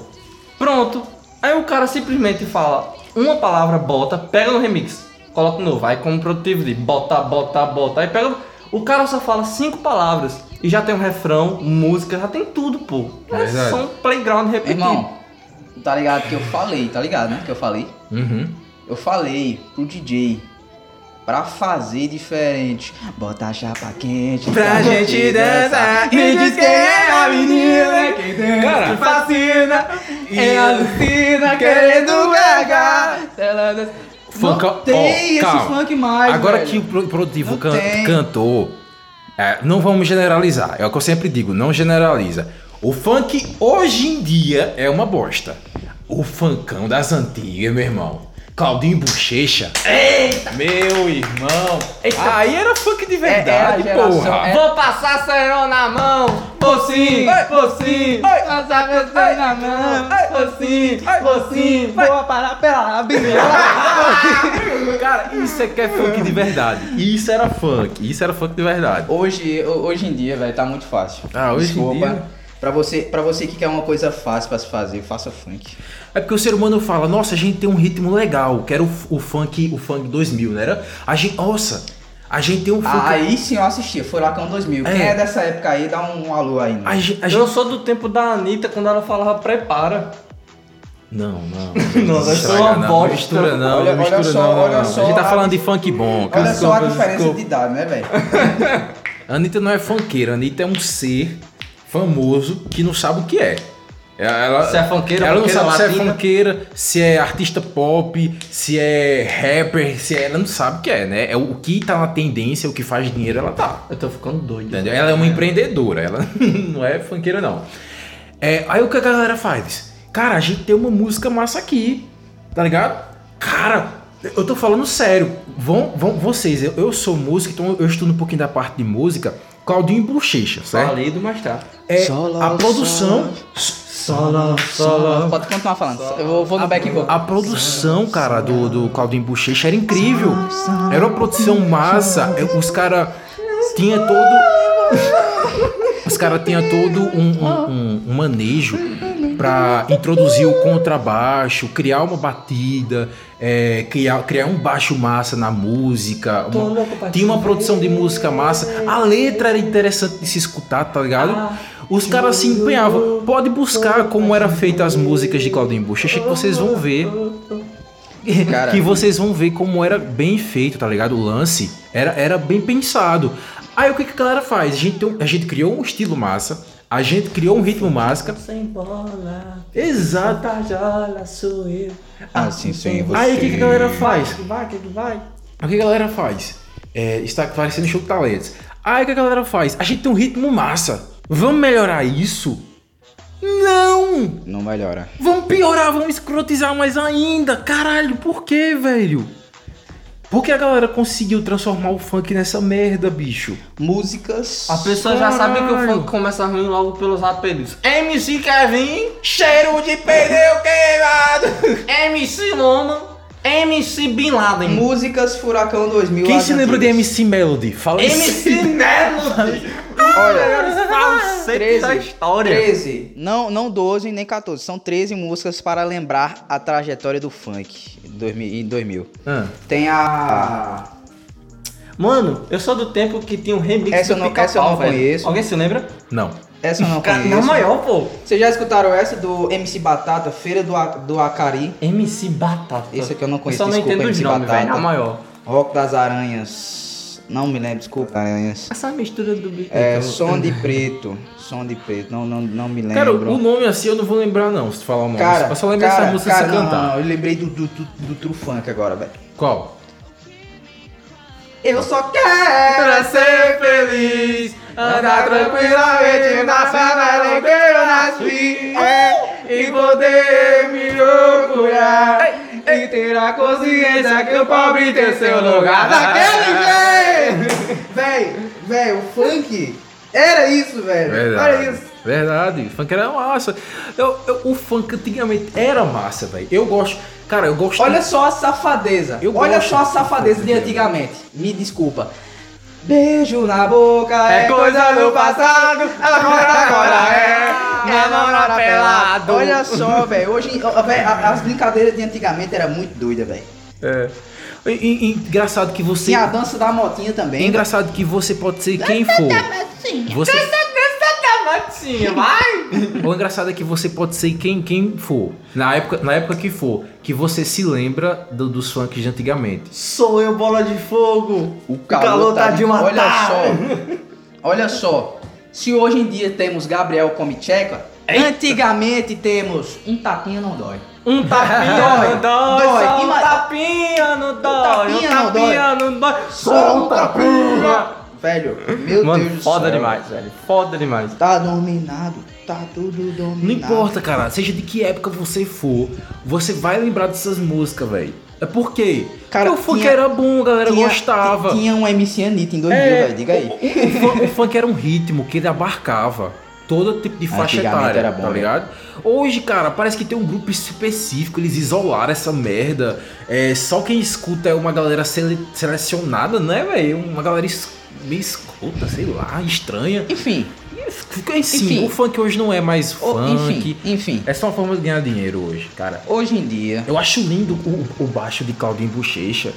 S1: Pronto. Aí o cara simplesmente fala uma palavra bota, pega no remix, coloca no novo, aí como produtivo de bota, bota, bota, aí pega. O cara só fala cinco palavras e já tem um refrão, música, já tem tudo, pô. É
S3: Verdade.
S1: só um playground repetido.
S2: Irmão, Tá ligado? Que eu falei, tá ligado, né? Que eu falei.
S3: Uhum.
S2: Eu falei pro DJ pra fazer diferente. Bota a chapa quente
S5: Pra gente dançar. Me diz quem é a menina que
S3: Cara,
S5: fascina. É a Lucina querendo cagar. Ela dança.
S3: Funk-
S2: não tem
S3: ó,
S2: esse
S3: calma.
S2: funk mais,
S3: Agora
S2: velho.
S3: que o pro- produtivo
S2: Não
S3: can-
S2: tem.
S3: cantou, é, não vamos generalizar. É o que eu sempre digo, não generaliza. O funk hoje em dia é uma bosta. O funkão das antigas, meu irmão. Claudinho Bochecha. Eita! Meu irmão. Aí era funk de verdade,
S2: era a geração-
S3: porra.
S2: é-
S1: Vou passar cerol na mão, vou sim, vou sim. Passar cerol na mão, vou sim, vou sim. Vou
S2: Ah,
S1: parar pela
S3: Cara, isso é que é funk de verdade. Isso era funk. Isso era funk de verdade.
S2: Hoje, hoje em dia, velho, tá muito fácil.
S3: Ah, hoje em
S2: Desculpa.
S3: dia?
S2: Pra você, pra você que quer uma coisa fácil pra se fazer, faça funk.
S3: É porque o ser humano fala, nossa, a gente tem um ritmo legal, que era o, o funk, o funk 2000, né? Era, a gente, nossa, a gente tem um funk...
S2: Ah, Aí sim eu assistia, Furacão 2000.
S3: É.
S2: Quem é dessa época aí, dá um alô aí. né?
S3: a gen- a
S1: Eu
S3: gente...
S1: sou do tempo da Anitta quando ela falava prepara.
S3: Não, não.
S1: Não, nós somos é uma
S3: não,
S1: bosta.
S3: mistura não,
S2: Olha- olha
S3: mistura
S2: só,
S3: não, não,
S2: olha
S3: não.
S2: só
S3: A gente tá
S2: a-
S3: falando de funk bom, cara.
S2: Olha só a
S3: Desculpa,
S2: diferença
S3: desculpa.
S2: de idade, né, velho?
S3: Anitta não é funkeira, Anitta é um ser famoso que não sabe o que é. Ela,
S1: Se é funkeira,
S3: ela não
S1: funkeira
S3: sabe se é
S1: latina.
S3: funkeira, se é artista pop, se é rapper, se é, ela não sabe o que é, né? É o que tá na tendência, o que faz dinheiro, ela tá.
S1: Eu tô ficando doido.
S3: Entendeu? Ela é uma empreendedora, ela não é funkeira, não. É, aí o que a galera faz? Cara, a gente tem uma música massa aqui, tá ligado? Cara, eu tô falando sério. Vão, vão, vocês, eu, eu sou músico, então eu estudo um pouquinho da parte de música. Claudinho e Bochecha, certo?
S1: Falido, mas tá.
S3: É,
S2: Solo,
S3: a produção,
S1: Solo, solo.
S2: Pode continuar falando. Eu vou, vou no back vocal.
S3: a produção, cara, do, do Claudinho e Bochecha era incrível. Era uma produção massa. é, Os caras tinha todo. Os caras tinham todo um, um- um- um manejo pra introduzir o contrabaixo, criar uma batida, é, criar, criar um baixo massa na música. uma- tinha uma produção de música massa. A letra era interessante de se escutar, tá
S1: Ah,
S3: ligado? Os caras se empenhavam. Pode buscar como era feita as músicas de Claudinho Bochecha que vocês vão ver.
S2: Cara.
S3: que vocês vão ver como era bem feito, tá ligado? O lance era, era bem pensado. Aí o que, que a galera faz? A gente, tem um- a gente criou um estilo massa, a gente criou um ritmo máscara.
S1: Sem bola,
S3: Exato.
S1: tajola, sou eu.
S3: Ah,
S2: Assim sim, você.
S3: Aí o que, que a galera faz?
S1: Vai, que vai.
S3: O que a galera faz? É, está parecendo um show de talentos. Aí o que a galera faz? A gente tem um ritmo massa. Vamos melhorar isso? Não!
S2: Não melhora.
S3: Vão piorar, vão escrotizar mais ainda. Caralho, por que, velho? Por que a galera conseguiu transformar o funk nessa merda, bicho?
S2: Músicas.
S1: A pessoa já sabe que o
S3: Caralho.
S1: funk começa ruim logo pelos apelidos. MC Kevin,
S3: Cheiro de pneu queimado!
S1: MC Loma, MC Bin Laden.
S2: Hum. Músicas Furacão 2000.
S3: Hum. Quem
S2: as
S3: se lembra de
S2: antigas.
S3: MC Melody? Fala isso.
S1: MC Melody. Olha, falsete da
S2: 13,
S1: história.
S2: 13. Não, não 12 nem 14. São 13 músicas para lembrar a trajetória do funk em 2000. em 2000.
S3: Ah,
S2: Tem a.
S1: Mano, eu sou do tempo que tinha um remix
S2: Essa eu
S1: do
S2: não-
S1: Pica-Pau,
S2: essa eu não
S1: velho.
S2: conheço.
S1: Alguém se lembra?
S3: não.
S2: Essa eu não
S1: Cara,
S2: conheço.
S1: na maior, pô.
S2: Vocês já escutaram essa do MC Batata, Feira do, A- do Acari?
S1: MC Batata.
S2: Esse aqui eu não
S1: Eu
S2: conheço,
S1: só não
S2: desculpa,
S1: entendo os
S2: MC
S1: nomes,
S2: Batata.
S1: velho. Na maior.
S2: Rock das Aranhas. Não me lembro, desculpa, Aranhas.
S1: Essa mistura do bicho.
S2: É, Som de Preto. Som de Preto, não, não, não me lembro.
S3: Cara, o nome assim eu não vou lembrar, não, se tu falar o nome.
S2: Cara,
S3: eu só lembro
S2: cara,
S3: dessa música
S2: cara,
S3: se
S2: não,
S3: cantar.
S2: não, não, eu lembrei do, do, do, do True Funk agora, velho.
S3: Qual?
S2: Eu só quero ser feliz, andar tranquilamente na sala onde eu nasci, é, e poder me orgulhar, e ter a consciência que o pobre tem seu lugar. Daquele jeito! Véi, véi, o funk era isso, velho. Era
S3: Verdade.
S2: isso.
S3: Verdade. O funk era massa. Eu, eu- o funk antigamente era massa, velho. Eu gosto. Cara, eu gosto.
S2: Olha só a safadeza.
S3: Eu
S2: Olha
S3: gosto
S2: só a
S3: do
S2: safadeza
S3: funk
S2: de antigamente. Me desculpa. Beijo na boca é, coisa do passado, agora, agora é namora pelado. Olha só, velho, hoje ó, véi, a- as brincadeiras de antigamente eram muito doidas, velho.
S3: É. E- e- e engraçado que você.
S2: Tinha a dança da motinha
S3: É
S2: também.
S3: engraçado que você pode ser quem for.
S4: Assim.
S3: Você,
S1: Mocinha, É, vai!
S3: O engraçado é que você pode ser quem, quem for. Na época, na época que for, que você se lembra do- dos funks de antigamente.
S1: Sou eu, bola de fogo!
S2: O
S1: calor tá de matar.
S2: Olha só. Olha só. Se hoje em dia temos Gabriel come tcheca, antigamente temos um tapinha não dói.
S1: Um tapinha
S2: Dói,
S1: não dói,
S2: dói.
S1: só um
S2: Ima-
S1: tapinha não dói, um
S2: tapinha não
S1: tapinha não dói, só
S2: Só
S1: um tapinha!
S2: Velho, meu
S1: Mano,
S2: Deus do céu.
S1: foda demais, velho, foda demais.
S2: Tá dominado, tá tudo dominado.
S3: Não importa, cara, seja de que época você for, você vai lembrar dessas músicas, velho. É por quê?
S2: Cara,
S3: Porque o funk
S2: tinha-
S3: era bom, a galera gostava.
S2: ti- Tinha um MC Anitta em 2000,
S1: É.
S2: velho, diga aí.
S3: O fun- o funk era um ritmo que ele abarcava todo tipo de faixa
S2: Antigamente
S3: etária,
S2: era bom,
S3: tá
S2: né?
S3: ligado? Hoje, cara, parece que tem um grupo específico, eles isolaram essa merda. É, só quem escuta é uma galera sele- selecionada, né, velho? Uma galera es- meio escuta, sei lá, estranha.
S2: Enfim,
S3: E fica assim,
S2: Enfim.
S3: o funk hoje não é mais
S2: o-
S3: funk.
S2: enfim, enfim.
S3: É só uma forma de ganhar dinheiro hoje, cara.
S2: Hoje em dia,
S3: Eu acho lindo o, o baixo de Claudinho Bochecha,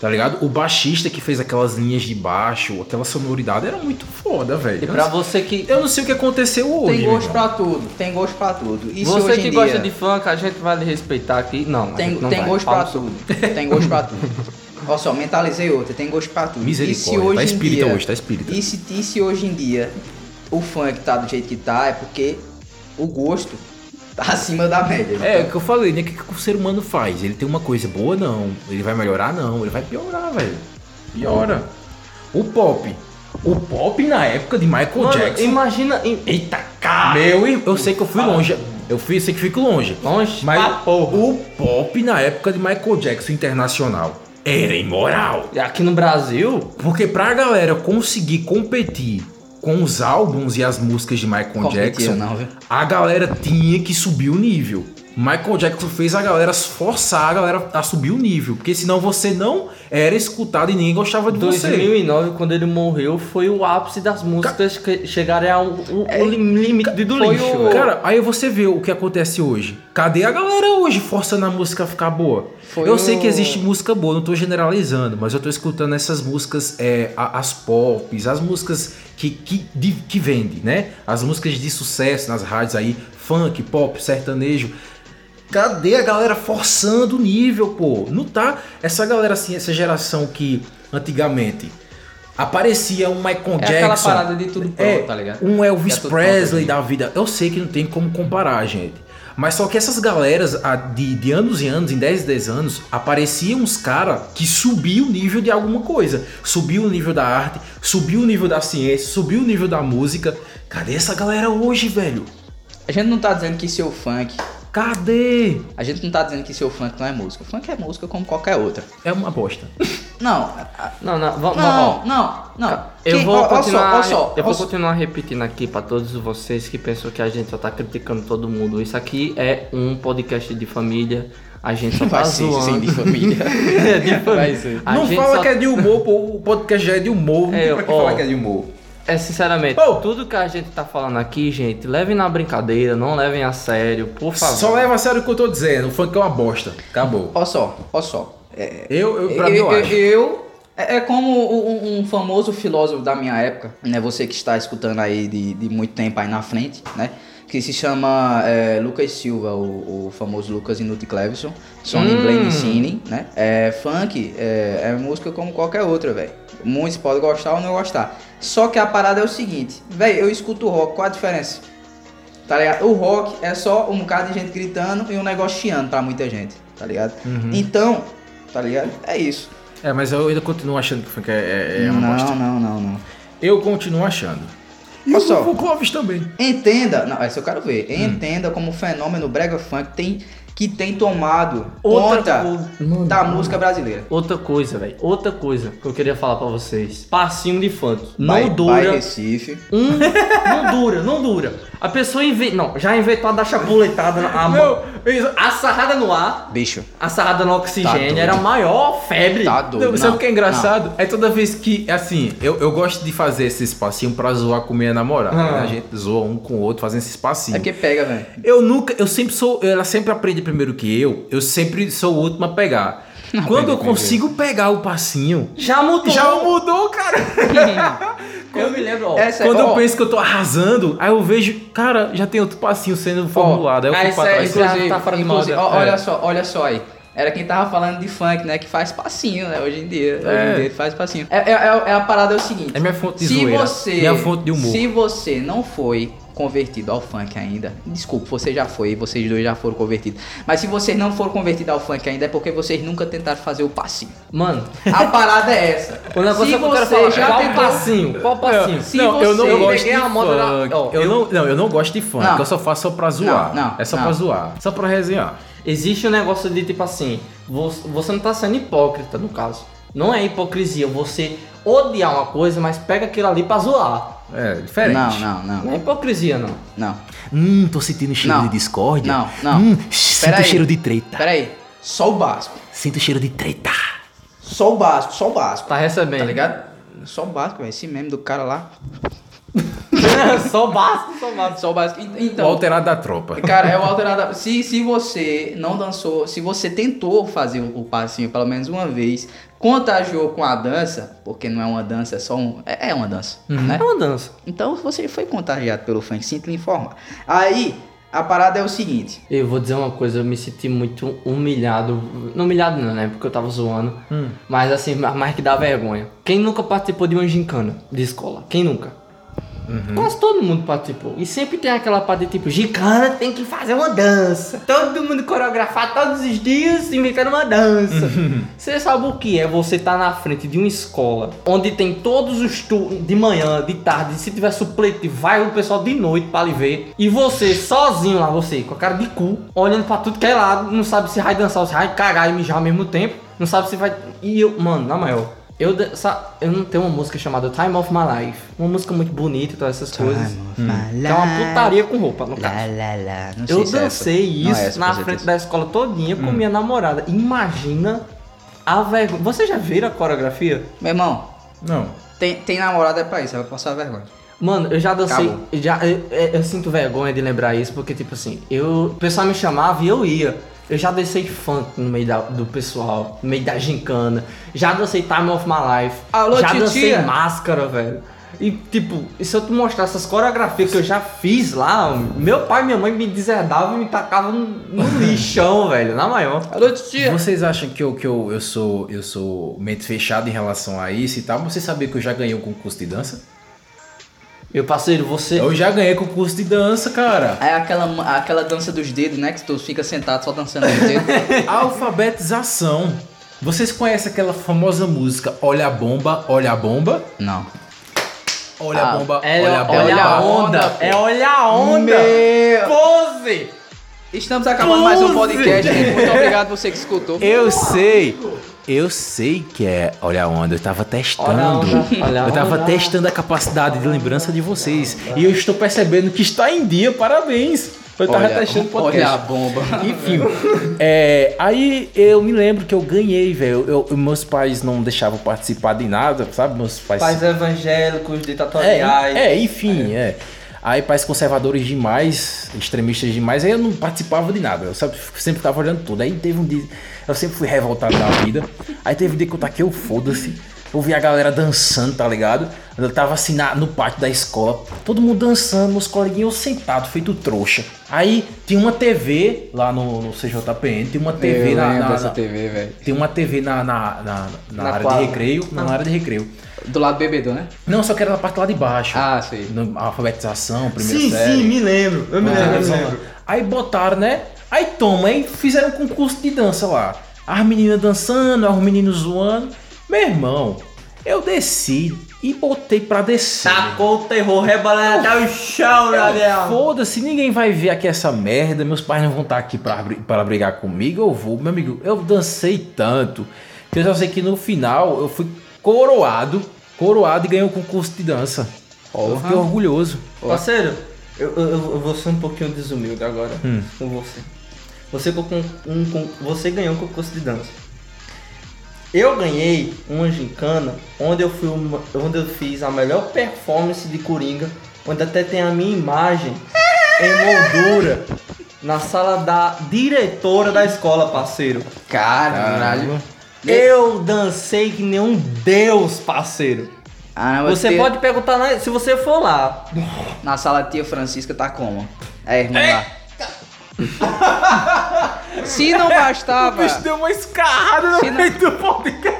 S3: tá ligado? O baixista que fez aquelas linhas de baixo, aquela sonoridade, era muito foda, velho.
S1: E
S3: Eu
S1: pra
S3: não-
S1: você que.
S3: Eu não sei o que aconteceu hoje.
S2: tem
S3: meu
S2: gosto
S3: irmão.
S2: pra tudo, tem gosto pra tudo. E se
S1: você
S2: hoje
S1: que
S2: em
S1: gosta
S2: dia-
S1: de funk, a gente vai lhe respeitar aqui. Não, a
S2: Tem,
S1: gente não
S2: tem
S1: vai.
S2: gosto
S1: Fala
S2: pra tudo. Tem gosto pra tudo. Olha só, mentalizei outra. Tem gosto pra tudo.
S3: Misericórdia.
S2: E se hoje
S3: tá
S2: em
S3: espírita
S2: dia,
S3: hoje, tá espírita.
S2: E se, e se hoje em dia o funk tá do jeito que tá, é porque o gosto tá acima da média.
S3: É, o
S2: então.
S3: que eu falei, né? O que, que o ser humano faz? Ele tem uma coisa boa, não. Ele vai melhorar, não. Ele vai piorar, velho. Piora. O pop. O pop na época de Michael
S1: Mano,
S3: Jackson.
S1: imagina. im- Eita, cara!
S3: Meu, ir- eu sei que eu fui longe. Eu fui, sei que fico longe.
S1: Longe
S3: Mas
S1: pra porra.
S3: o pop na época de Michael Jackson internacional era imoral.
S1: E Aqui no Brasil,
S3: Porque pra galera conseguir competir com os álbuns e as músicas de Michael
S2: Competir,
S3: Jackson,
S2: não, viu?
S3: a galera tinha que subir o nível. Michael Jackson fez a galera forçar a galera a subir o nível, porque senão você não era escutado e ninguém gostava de você.
S1: 2009, quando ele morreu, foi o ápice das músicas que chegarem ao o, o um, lim- limite do
S3: Foi
S1: lixo.
S3: o-
S1: velho.
S3: Cara, aí você vê o que acontece hoje. Cadê a galera hoje forçando a música a ficar boa?
S2: Foi
S3: eu
S2: o-
S9: um
S3: sei que existe música boa, não tô generalizando, mas eu tô escutando essas músicas, é, a- as pops, as músicas que, que, de- que vende, né? As músicas de sucesso nas rádios aí, funk, pop, sertanejo. Cadê a galera forçando o nível, pô? Não tá. Essa galera assim, essa geração que antigamente aparecia um Michael
S9: É aquela
S3: Jackson.
S9: parada de tudo pronto,
S3: É,
S9: tá ligado?
S3: Um Elvis
S9: É tudo
S3: Presley
S9: pronto,
S3: da vida. Eu sei que não tem como comparar, gente. Mas só que essas galeras a- de, de anos e anos, em 10 e 10 anos, apareciam uns caras que subiam o nível de alguma coisa. Subiu o nível da arte, subiu o nível da ciência, subiu o nível da música. Cadê essa galera hoje, velho?
S2: A gente não tá dizendo que seu funk.
S3: Cadê?
S2: A gente não tá dizendo que seu funk não é música. Funk é música como qualquer outra.
S3: É uma bosta.
S2: Não, a-
S1: Não, não, vamos,
S2: não, não, não.
S1: Eu
S2: Quem-
S1: vou
S2: ó- ó só,
S1: continuar,
S2: ó só,
S1: eu
S2: ó
S1: vou
S2: só.
S1: continuar repetindo aqui pra todos vocês que pensam que a gente só tá criticando todo mundo. Isso aqui é um podcast de família. A gente só tá
S2: Vai ser
S1: zoando.
S2: sim, de família.
S1: É, de família.
S2: Vai ser.
S1: A
S3: não
S1: gente
S3: fala
S1: só-
S3: que é de humor, pô. O podcast já é de humor. Não
S1: É,
S3: tem pra que
S1: ó.
S3: falar que é de humor.
S1: É sinceramente,
S3: Ô!
S1: tudo que a gente tá falando aqui, gente, levem na brincadeira, não levem a sério, por favor.
S3: Só leva a sério o que eu tô dizendo. O funk é uma bosta. Acabou.
S2: Ó só, ó só. É,
S3: Eu, eu, pra mim, eu
S2: eu,
S3: acho.
S2: eu- é é como o- um, um famoso filósofo da minha época, né? Você que está escutando aí de, de muito tempo aí na frente, né? Que se chama é, Lucas Silva, o, o famoso Lucas Inútil Clevison, Sonny
S1: Hum.
S2: Blaine Cine, né? É, funk é, é música como qualquer outra, velho. Muitos podem gostar ou não gostar. Só que a parada é o seguinte, velho, eu escuto rock, qual a diferença? Tá ligado? O rock é só um bocado de gente gritando e um negócio chiando pra muita gente, tá ligado?
S3: Uhum.
S2: Então, tá ligado? É isso.
S3: É, mas eu ainda continuo achando que o funk é, é- é uma
S2: não,
S3: bosta.
S2: não, não, não.
S3: Eu continuo achando. E
S2: Olha só.
S3: o Clóvis também.
S2: Entenda, não, essa eu quero ver. Entenda como o fenômeno brega funk tem que tem tomado
S1: outra
S2: conta
S1: co- Mano,
S2: da música brasileira.
S1: Outra coisa, velho. Outra coisa que eu queria falar pra vocês. Passinho de funk. Não
S2: Vai- Vai
S1: dura.
S2: Recife.
S1: um. não dura, não dura. A pessoa inventa. Não, já inventou a dar chapuletada na
S3: Ah,
S1: a mão. A sarrada no ar,
S2: Bicho,
S1: a sarrada no oxigênio
S2: doido.
S1: era a maior febre.
S2: tá doido.
S3: Não, sabe o que é engraçado? É toda vez que, assim, eu, eu gosto de fazer esse espacinho pra zoar com minha namorada.
S1: Ah.
S3: né? A gente zoa um com o outro fazendo esse espacinho.
S2: É porque pega, velho.
S3: Eu nunca, eu sempre sou, ela sempre aprende primeiro que eu, eu sempre sou o último a pegar. Quando eu consigo pegar o passinho,
S1: Já mudou.
S3: já mudou, cara.
S10: Eu me lembro, ó.
S2: Essa
S11: Quando
S2: é,
S11: eu
S2: ó,
S11: penso que eu tô arrasando, aí eu vejo, cara, já tem outro passinho sendo formulado. aí eu
S2: Aí
S11: fico
S2: isso
S11: pra
S2: é,
S11: trás.
S2: inclusive,
S1: tá fora de
S2: inclusive,
S1: moda.
S2: ó, olha
S11: É.
S2: só, olha só aí. Era quem tava falando de funk, né? Que faz passinho, né? Hoje em dia. Hoje
S11: É.
S2: em dia ele faz passinho. É, é- é- é a parada é o seguinte.
S11: É minha fonte de
S2: se
S11: zoeira.
S2: Você,
S11: Minha fonte de humor.
S2: Se você não foi convertido ao funk ainda, desculpa, você já foi, vocês dois já foram convertidos. Mas se vocês não foram convertidos ao funk ainda, é porque vocês nunca tentaram fazer o passinho.
S1: Mano,
S2: A parada é essa.
S1: o negócio
S2: se
S1: é que o cara
S2: você
S1: fala,
S2: já
S1: qual
S2: tentou-
S1: passinho? Qual passinho?
S2: Tipo assim, se
S11: não, eu não
S2: você-
S11: gosto de
S1: peguei a moda da-
S11: funk.
S1: ó,
S11: eu,
S1: eu-
S11: não, não, eu não gosto de funk.
S2: Não.
S11: Eu só faço só pra zoar.
S2: não,
S11: é só
S2: não.
S11: pra zoar. Só pra resenhar.
S1: Existe um negócio de tipo assim, vo- você não tá sendo hipócrita no caso. Não é hipocrisia você odiar uma coisa, mas pega aquilo ali pra zoar.
S11: É, diferente.
S2: Não, não, não,
S1: Não é hipocrisia, não.
S2: não.
S3: Hum, tô sentindo cheiro
S2: Não.
S3: de discórdia.
S2: Não, não.
S3: Hum, sinto
S2: aí.
S3: cheiro de treta.
S2: Tá. Peraí, só o básico.
S3: Sinto cheiro de treta.
S2: Só o básico, só o básico.
S1: Tá recebendo.
S2: Tá ligado? Só o básico, velho. Esse meme do cara lá.
S1: só basta, só basta.
S2: Só o básico. En-
S11: O
S2: Então,
S11: alterado da tropa.
S2: cara, é o alterado. Se, se você não dançou, se você tentou fazer o, o passinho pelo menos uma vez, contagiou com a dança, porque não é uma dança, é só um. É, é uma dança, né?
S1: É uma dança.
S2: Então você foi contagiado pelo funk, sinto lhe informar. Aí, a parada é o seguinte.
S1: Eu vou dizer uma coisa, eu me senti muito humilhado. Não humilhado não, né? Porque eu tava zoando. Mas assim, ma- mais que dá vergonha. Quem nunca participou de uma gincana de escola? Quem nunca? Quase todo mundo participou. E sempre tem aquela parte de tipo, gincana tem que fazer uma dança. Todo mundo coreografar todos os dias inventando uma dança. Você sabe o que é você estar na frente de uma escola onde tem todos os turnos de manhã, de tarde, se tiver suplente, vai o pessoal de noite pra lhe ver. E você sozinho lá, você, com a cara de cu, olhando pra tudo que é lado, não sabe se vai dançar ou se vai cagar e mijar ao mesmo tempo, não sabe se vai. E eu, mano, na maior. Eu, dan- sa- eu não tenho uma música chamada Time of My Life. Uma música muito bonita e todas essas coisas. Que é uma putaria com roupa, no caso.
S2: Lá, lá, lá. Não sei
S1: Eu
S2: se é essa.
S1: dancei
S2: Não
S1: isso
S2: é essa,
S1: na
S2: com
S1: frente
S2: certeza.
S1: da escola todinha com minha namorada. Imagina a vergonha. Vocês já viram a coreografia?
S2: Meu irmão,
S11: Não.
S2: tem, tem namorada é pra isso, vai passar vergonha.
S1: Mano, eu já dancei.
S2: Acabou.
S1: Já, eu, eu- eu sinto vergonha de lembrar isso, porque, tipo assim, eu, o pessoal me chamava e eu ia. Eu já dancei funk no meio da- do pessoal, no meio da gincana. Já dancei Time of My Life.
S2: Alô,
S1: já dancei
S2: titia?
S1: máscara, velho. E, tipo, e se eu te mostrar essas coreografias que eu já fiz lá, meu pai e minha mãe me deserdavam e me tacavam no, no lixão, velho, na maior.
S2: Alô, titia!
S11: Vocês acham que, eu, que eu, eu sou eu sou mente fechada em relação a isso e tal? mas Vocês sabiam que eu já ganhei o concurso de dança?
S1: Meu parceiro, você.
S11: Eu já ganhei concurso de dança, cara.
S2: É aquela, aquela dança dos dedos, né? Que tu fica sentado só dançando os dedos.
S11: Alfabetização. Vocês conhecem aquela famosa música Olha a bomba, olha a bomba?
S2: Não.
S11: Olha
S2: Ah,
S11: a bomba,
S1: É,
S11: olha a
S1: olha,
S11: bomba.
S1: a onda,
S2: pô.
S1: é olha a onda.
S2: Meu.
S1: Pose.
S2: Estamos acabando mais um podcast. Muito obrigado você que escutou.
S3: Eu sei. Eu sei que é. Olha a onda, eu tava testando.
S1: Olha a onda, olha a
S3: eu tava
S1: onda.
S3: testando a capacidade de lembrança de vocês. E eu estou percebendo que está em dia, parabéns. Eu tava
S2: Olha,
S3: testando o podcast.
S2: olha a bomba.
S3: Enfim, é, aí eu me lembro que eu ganhei, velho. Eu- eu- Meus pais não deixavam participar de nada, sabe? Meus pais.
S1: Pais evangélicos, ditatoriais.
S3: é, é, enfim, é. Aí pais conservadores demais, extremistas demais, aí eu não participava de nada. Eu sabe, sempre tava olhando tudo. Aí teve um dia. Eu sempre fui revoltado da vida. Aí teve um dia que eu taquei o foda-se. Eu vi a galera dançando, tá ligado? Eu tava assim na- no pátio da escola, todo mundo dançando, meus coleguinhas eu sentado, feito trouxa. Aí tinha uma TV lá no, no CJPN, tinha uma TV na, na, na-
S2: TV, velho.
S3: Tem uma TV na, na, na- na
S1: Na
S3: área
S1: quadra. Ah.
S3: de recreio. Na área de recreio.
S2: Do lado bebedor, né?
S3: Não, só que era na parte lá de baixo.
S2: Ah, sei.
S3: No- a alfabetização, primeira
S1: Sim,
S3: série.
S1: sim, me lembro. Eu me
S3: Ah.
S1: lembro, eu me lembro.
S3: É, Aí botaram, né? Aí toma, aí fizeram um concurso de dança lá. As meninas dançando, os meninos zoando. Meu irmão, eu desci e botei pra descer.
S1: Tacou o terror, rebalando até o chão,
S3: Eu,
S1: Tá, Gabriel.
S3: Foda-se, ninguém vai ver aqui essa merda. Meus pais não vão estar aqui pra, bri- pra brigar comigo. Eu vou, meu amigo. Eu dancei tanto que eu só sei que no final eu fui coroado, coroado e ganhei o concurso de dança. Eu fiquei orgulhoso.
S1: Parceiro, eu, eu, eu vou ser um pouquinho desumilde agora
S2: Hum.
S1: com você. Você, com- com- um con- você ganhou um concurso de dança. Eu ganhei uma gincana onde eu, fui uma- onde eu fiz a melhor performance de Coringa, onde até tem a minha imagem em moldura na sala da diretora da escola, parceiro.
S2: Caralho.
S1: Eu dancei que nem um deus, parceiro.
S2: Ah, não, eu
S1: Você
S2: tenho-
S1: pode perguntar na- se você for lá.
S2: Na sala a tia Francisca tá como? É, irmã lá. Se não bastava.
S12: deu uma escarrada no
S2: Se não-
S12: meio do podcast.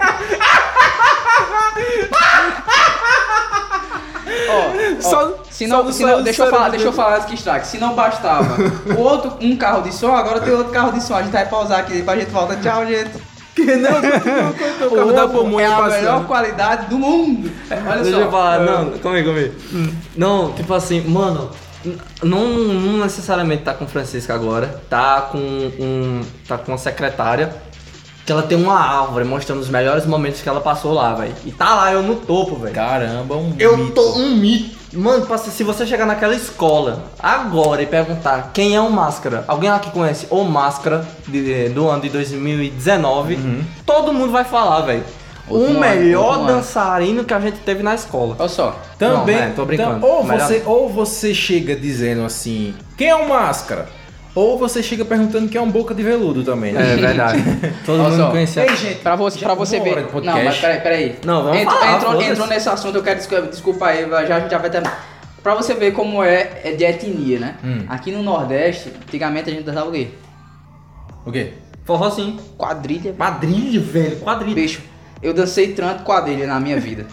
S2: Ó, ó,
S12: Só-
S2: se
S12: só um
S2: não,
S12: no
S2: se não-
S12: sal-
S2: deixa eu
S12: sal-
S2: falar, deixa eu falar antes que estrague. Se não bastava o outro, um carro de som, agora tem outro carro de som. A gente vai pausar aqui pra gente volta. Tchau, gente.
S12: O carro da
S2: é
S12: pamonha
S2: a melhor
S12: passando.
S2: qualidade do mundo. Olha
S1: Deixa
S2: só. Ah. Hum.
S1: eu falar, não, calma aí, calma aí. Não, tipo assim, mano, n- não, não necessariamente tá com Francisca agora, tá com um. tá com uma secretária. Que ela tem uma árvore mostrando os melhores momentos que ela passou lá, velho. E tá lá, eu no topo, velho.
S3: Caramba, um
S1: Eu
S3: mito.
S1: tô um mito. Mano, passa- se você chegar naquela escola agora e perguntar quem é o Máscara, alguém lá que conhece o Máscara de- eh, do ano de 2019, todo mundo vai falar, velho.
S2: Uhum. Outro
S1: O
S2: ano,
S1: melhor
S2: outro ano.
S1: dançarino que a gente teve na escola.
S2: Olha só.
S3: Também.
S2: né?
S1: Não, é, tô brincando.
S3: tam- ou,
S1: Melhor
S3: você, ou você chega dizendo assim, quem é o máscara? Ou você chega perguntando quem é um boca de veludo também, né?
S1: É verdade. Todo
S2: Olha
S1: mundo
S2: só.
S1: conhecia.
S2: Ei, gente, pra você,
S3: já
S2: pra você
S3: uma hora
S2: ver.
S3: de podcast.
S2: Não, mas peraí, peraí.
S1: Não, vamos
S2: entrou,
S1: falar,
S2: entrou,
S1: foda-se.
S2: entrou nesse assunto, eu quero desculpa, desculpa aí, já, a gente já vai terminar. Pra você ver como é, é de etnia, né?
S3: Hum.
S2: Aqui no Nordeste, antigamente a gente dançava o quê?
S3: O quê?
S1: Forró sim.
S2: Quadrilha.
S1: Quadrilha, velho. Quadrilha.
S2: Bicho, eu dancei tanto quadrilha na minha vida.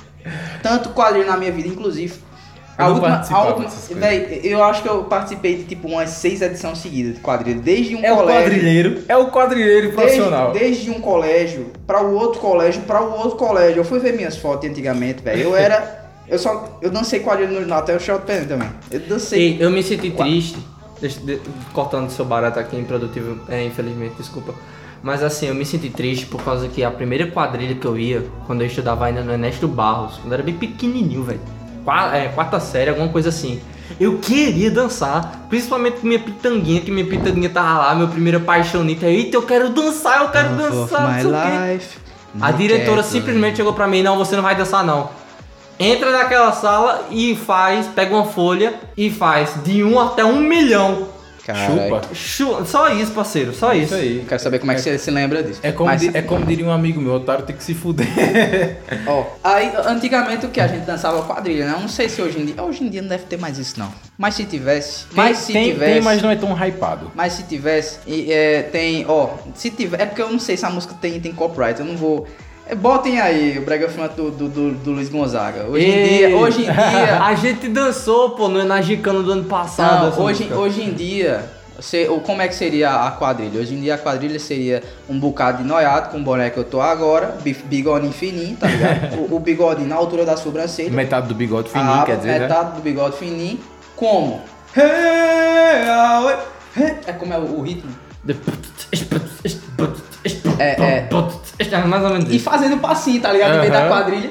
S2: tanto quadrilha na minha vida, inclusive.
S3: Eu não participava dessas coisas.
S2: Véi, eu acho que eu participei de tipo umas seis edições seguidas de quadrilha. Desde um
S3: É o
S2: colégio.
S3: quadrilheiro. É o quadrilheiro profissional.
S2: Desde, desde um colégio pra o outro colégio, pra o outro colégio. Eu fui ver minhas fotos antigamente, velho. Eu era. Eu só. Eu dancei quadrilha no Natal, eu choro pena também. Eu dancei.
S1: Ei, eu me senti triste, deixa- de- cortando seu barato aqui, improdutivo, é, infelizmente, desculpa. Mas assim, eu me senti triste por causa que a primeira quadrilha que eu ia, quando eu estudava ainda no Ernesto Barros, quando eu era bem pequenininho, velho. Qua- é, quarta série, alguma coisa assim. Eu queria dançar, principalmente com minha pitanguinha, que minha pitanguinha tava lá, meu primeiro paixonita. Eita, eu quero dançar, eu quero dançar, não sei o quê.
S2: life.
S1: A diretora simplesmente chegou pra mim, não, você não vai dançar não. Entra naquela sala e faz, pega uma folha e faz de um até um milhão.
S2: Chupa.
S1: Chu- Só isso, parceiro, só isso.
S3: Isso aí.
S2: Quero saber como é que você se lembra disso.
S3: É como,
S2: Mas-
S3: di- é como diria um amigo meu, otário tem que se fuder.
S2: Ó, aí antigamente o que a gente dançava quadrilha, né? Eu Não sei se hoje em dia. Hoje em dia não deve ter mais isso, não. Mas se tivesse. mas se
S3: tem,
S2: tivesse.
S3: tem, mas não é tão hypado.
S2: Mas se tivesse, e, é, tem, ó, se tiver, é porque eu não sei se a música tem, tem copyright, eu não vou. é, Botem aí o Brega Funk do, do, do, do Luiz Gonzaga. Hoje em
S1: Ei.
S2: dia, hoje em dia,
S1: A gente dançou, pô, no Enagicano do ano passado. assim.
S2: não,
S1: essa
S2: hoje,
S1: música.
S2: hoje em dia, você, ou como é que seria a quadrilha? Hoje em dia a quadrilha seria um bocado de noiado com o boné que eu tô agora, bi- bigode fininho, tá ligado? o, o bigode na altura da sobrancelha,
S3: Metade do bigode fininho,
S2: a
S3: quer
S2: aba,
S3: dizer, né?
S2: metade do bigode fininho, como? Hey, ah, oi, hey. É como é o o ritmo? É, é.
S1: É mais ou menos
S2: e
S1: isso.
S2: fazendo passinho, tá ligado? No meio da
S3: Aham.
S2: quadrilha.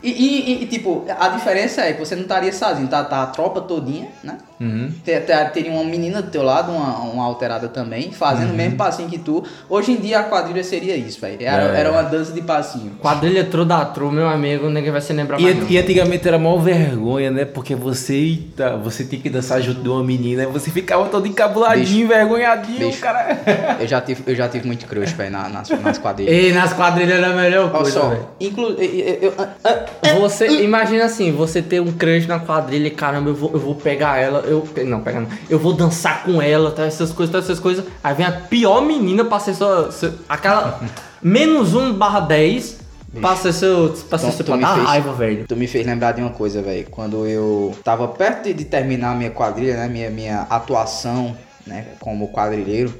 S2: E, e- e- e, tipo, a diferença é que você não estaria sozinho, tá, tá a tropa todinha, né?
S1: Uhum.
S2: Te- te- Teria uma menina do teu lado, uma, uma alterada também, fazendo o
S1: Uhum.
S2: mesmo passinho que tu. Hoje em dia a quadrilha seria isso, velho. Era,
S3: É.
S2: era uma dança de passinho.
S1: Quadrilha Trodatru, meu amigo, ninguém vai se lembrar mais. não.
S3: E, e antigamente era maior vergonha, né? Porque você, eita, você tinha que dançar junto de uma menina, e você ficava todo encabuladinho, envergonhadinho,
S2: Bicho.
S3: cara.
S2: Eu já tive, eu já tive muito crush, velho, na- nas, nas quadrilhas.
S1: Ei, nas quadrilhas era a melhor
S2: Olha
S1: coisa,
S2: só,
S1: velho.
S2: inclu... eu- eu- eu- ah, ah,
S3: É.
S1: Você, imagina assim, você ter um crush na quadrilha, e, caramba, eu vou, eu vou pegar ela, eu. Não, pegar não. Eu vou dançar com ela, tá, essas coisas, tá, essas coisas. Aí vem a pior menina pra ser sua. sua- aquela. menos 1 barra 10 pra ser seu. pra ser
S2: Então,
S1: seu.
S2: tu
S1: pra
S2: me
S1: dar
S2: fez-
S1: raiva, velho.
S2: Tu me fez lembrar de uma coisa, velho. Quando eu tava perto de- de terminar a minha quadrilha, né? Minha, minha atuação, né? Como quadrilheiro.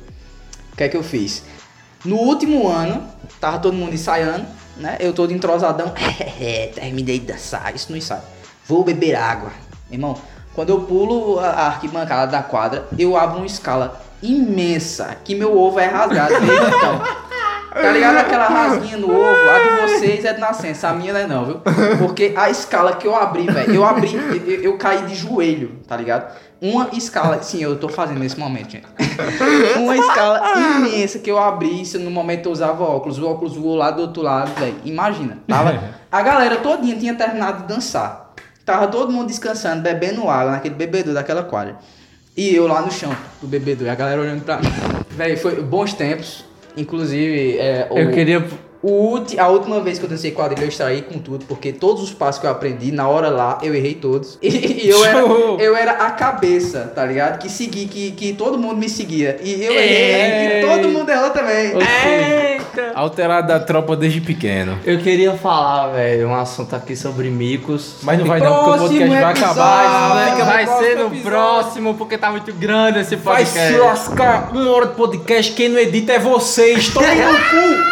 S2: O que é que eu fiz? No último ano, tava todo mundo ensaiando, né? Eu todo entrosadão. "É, terminei de dançar. Isso não ensaio. Vou beber água. Irmão, quando eu pulo a a arquibancada da quadra, eu abro uma escala imensa que meu ovo é rasgado. Então... Tá ligado aquela rasguinha no ovo? A de vocês é de nascença, a minha não é não, viu? Porque a escala que eu abri, velho, eu abri, eu, eu caí de joelho, tá ligado? Uma escala, sim, eu tô fazendo nesse momento, gente. Uma escala imensa que eu abri, isso no momento eu usava óculos, o óculos voou lá do outro lado, velho. Imagina, tava a galera todinha tinha terminado de dançar. Tava todo mundo descansando, bebendo água naquele bebedouro daquela quadra. E eu lá no chão do bebedouro, e a galera olhando pra mim. Véi, foi bons tempos. Inclusive, é, o-
S1: Eu queria
S2: O ulti- a última vez que eu dancei quadrilha, eu extraí com tudo, porque todos os passos que eu aprendi, na hora lá, eu errei todos. E, eu, era, eu era a cabeça, tá ligado? Que segui, que, que todo mundo me seguia. E eu errei, e todo mundo errou também.
S3: É.
S1: Eita!
S3: Alterado da tropa desde pequeno.
S1: Eu queria falar, velho, um assunto aqui sobre micos.
S3: Mas não vai não, porque o podcast vai acabar.
S1: Vai,
S3: Fica
S1: vai
S3: pro
S1: ser
S3: próximo
S1: no
S3: episódio.
S1: próximo, porque tá muito grande esse
S3: Vai se
S1: podcast.
S3: lascar uma hora de podcast, quem não edita é vocês. Toma no cu.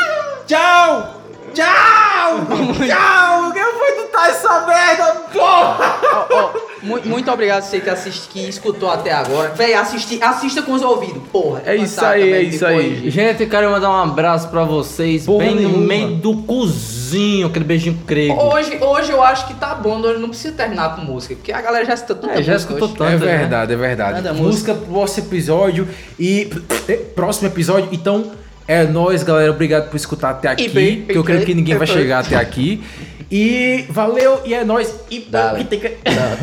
S3: Tchau. Tchau. Tchau. Eu vou editar essa merda, porra.
S2: Ó, ó, mu- muito, obrigado você que assiste, que escutou até agora. Véi, assisti, assista com os ouvidos, porra.
S3: É isso
S2: Tá,
S3: aí,
S2: também
S3: é
S2: me
S3: isso aí.
S2: corrigir.
S1: Gente, eu quero mandar um abraço pra vocês,
S3: Porra
S1: bem no
S3: nenhuma.
S1: meio do cozinho, aquele beijinho crego.
S2: Hoje, hoje eu acho que tá bom, hoje não precisa terminar com música, porque a galera já escutou tanta
S1: É, já
S2: música
S1: escutou
S2: hoje.
S1: tanto,
S3: é
S1: né?
S3: verdade, é verdade.
S2: Manda
S3: música pro próximo episódio e próximo episódio. Então é nóis, galera. Obrigado por escutar até aqui.
S2: E bem,
S3: que eu creio que ninguém vai
S2: e bem.
S3: chegar até aqui. E valeu e é nóis. E
S2: Dale. Tá,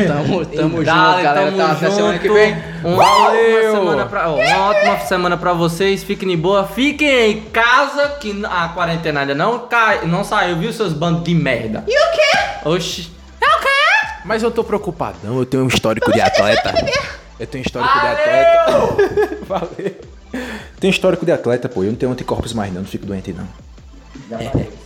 S2: tamo tamo junto,
S1: Dale,
S2: galera.
S1: tamo
S2: tá, até semana que
S1: junto.
S2: vem.
S1: Uma ótima semana pra, uma ótima semana pra vocês. Fiquem de boa. Fiquem em casa, que n- a quarentena ainda não, cai, não saiu, viu, seus bandos de merda. E o quê? Oxi.
S3: Mas eu tô preocupadão, eu tenho um histórico de atleta. Eu tenho um histórico de atleta. um Valeu. Tenho histórico de atleta, pô. Eu não tenho anticorpos mais não, não fico doente não.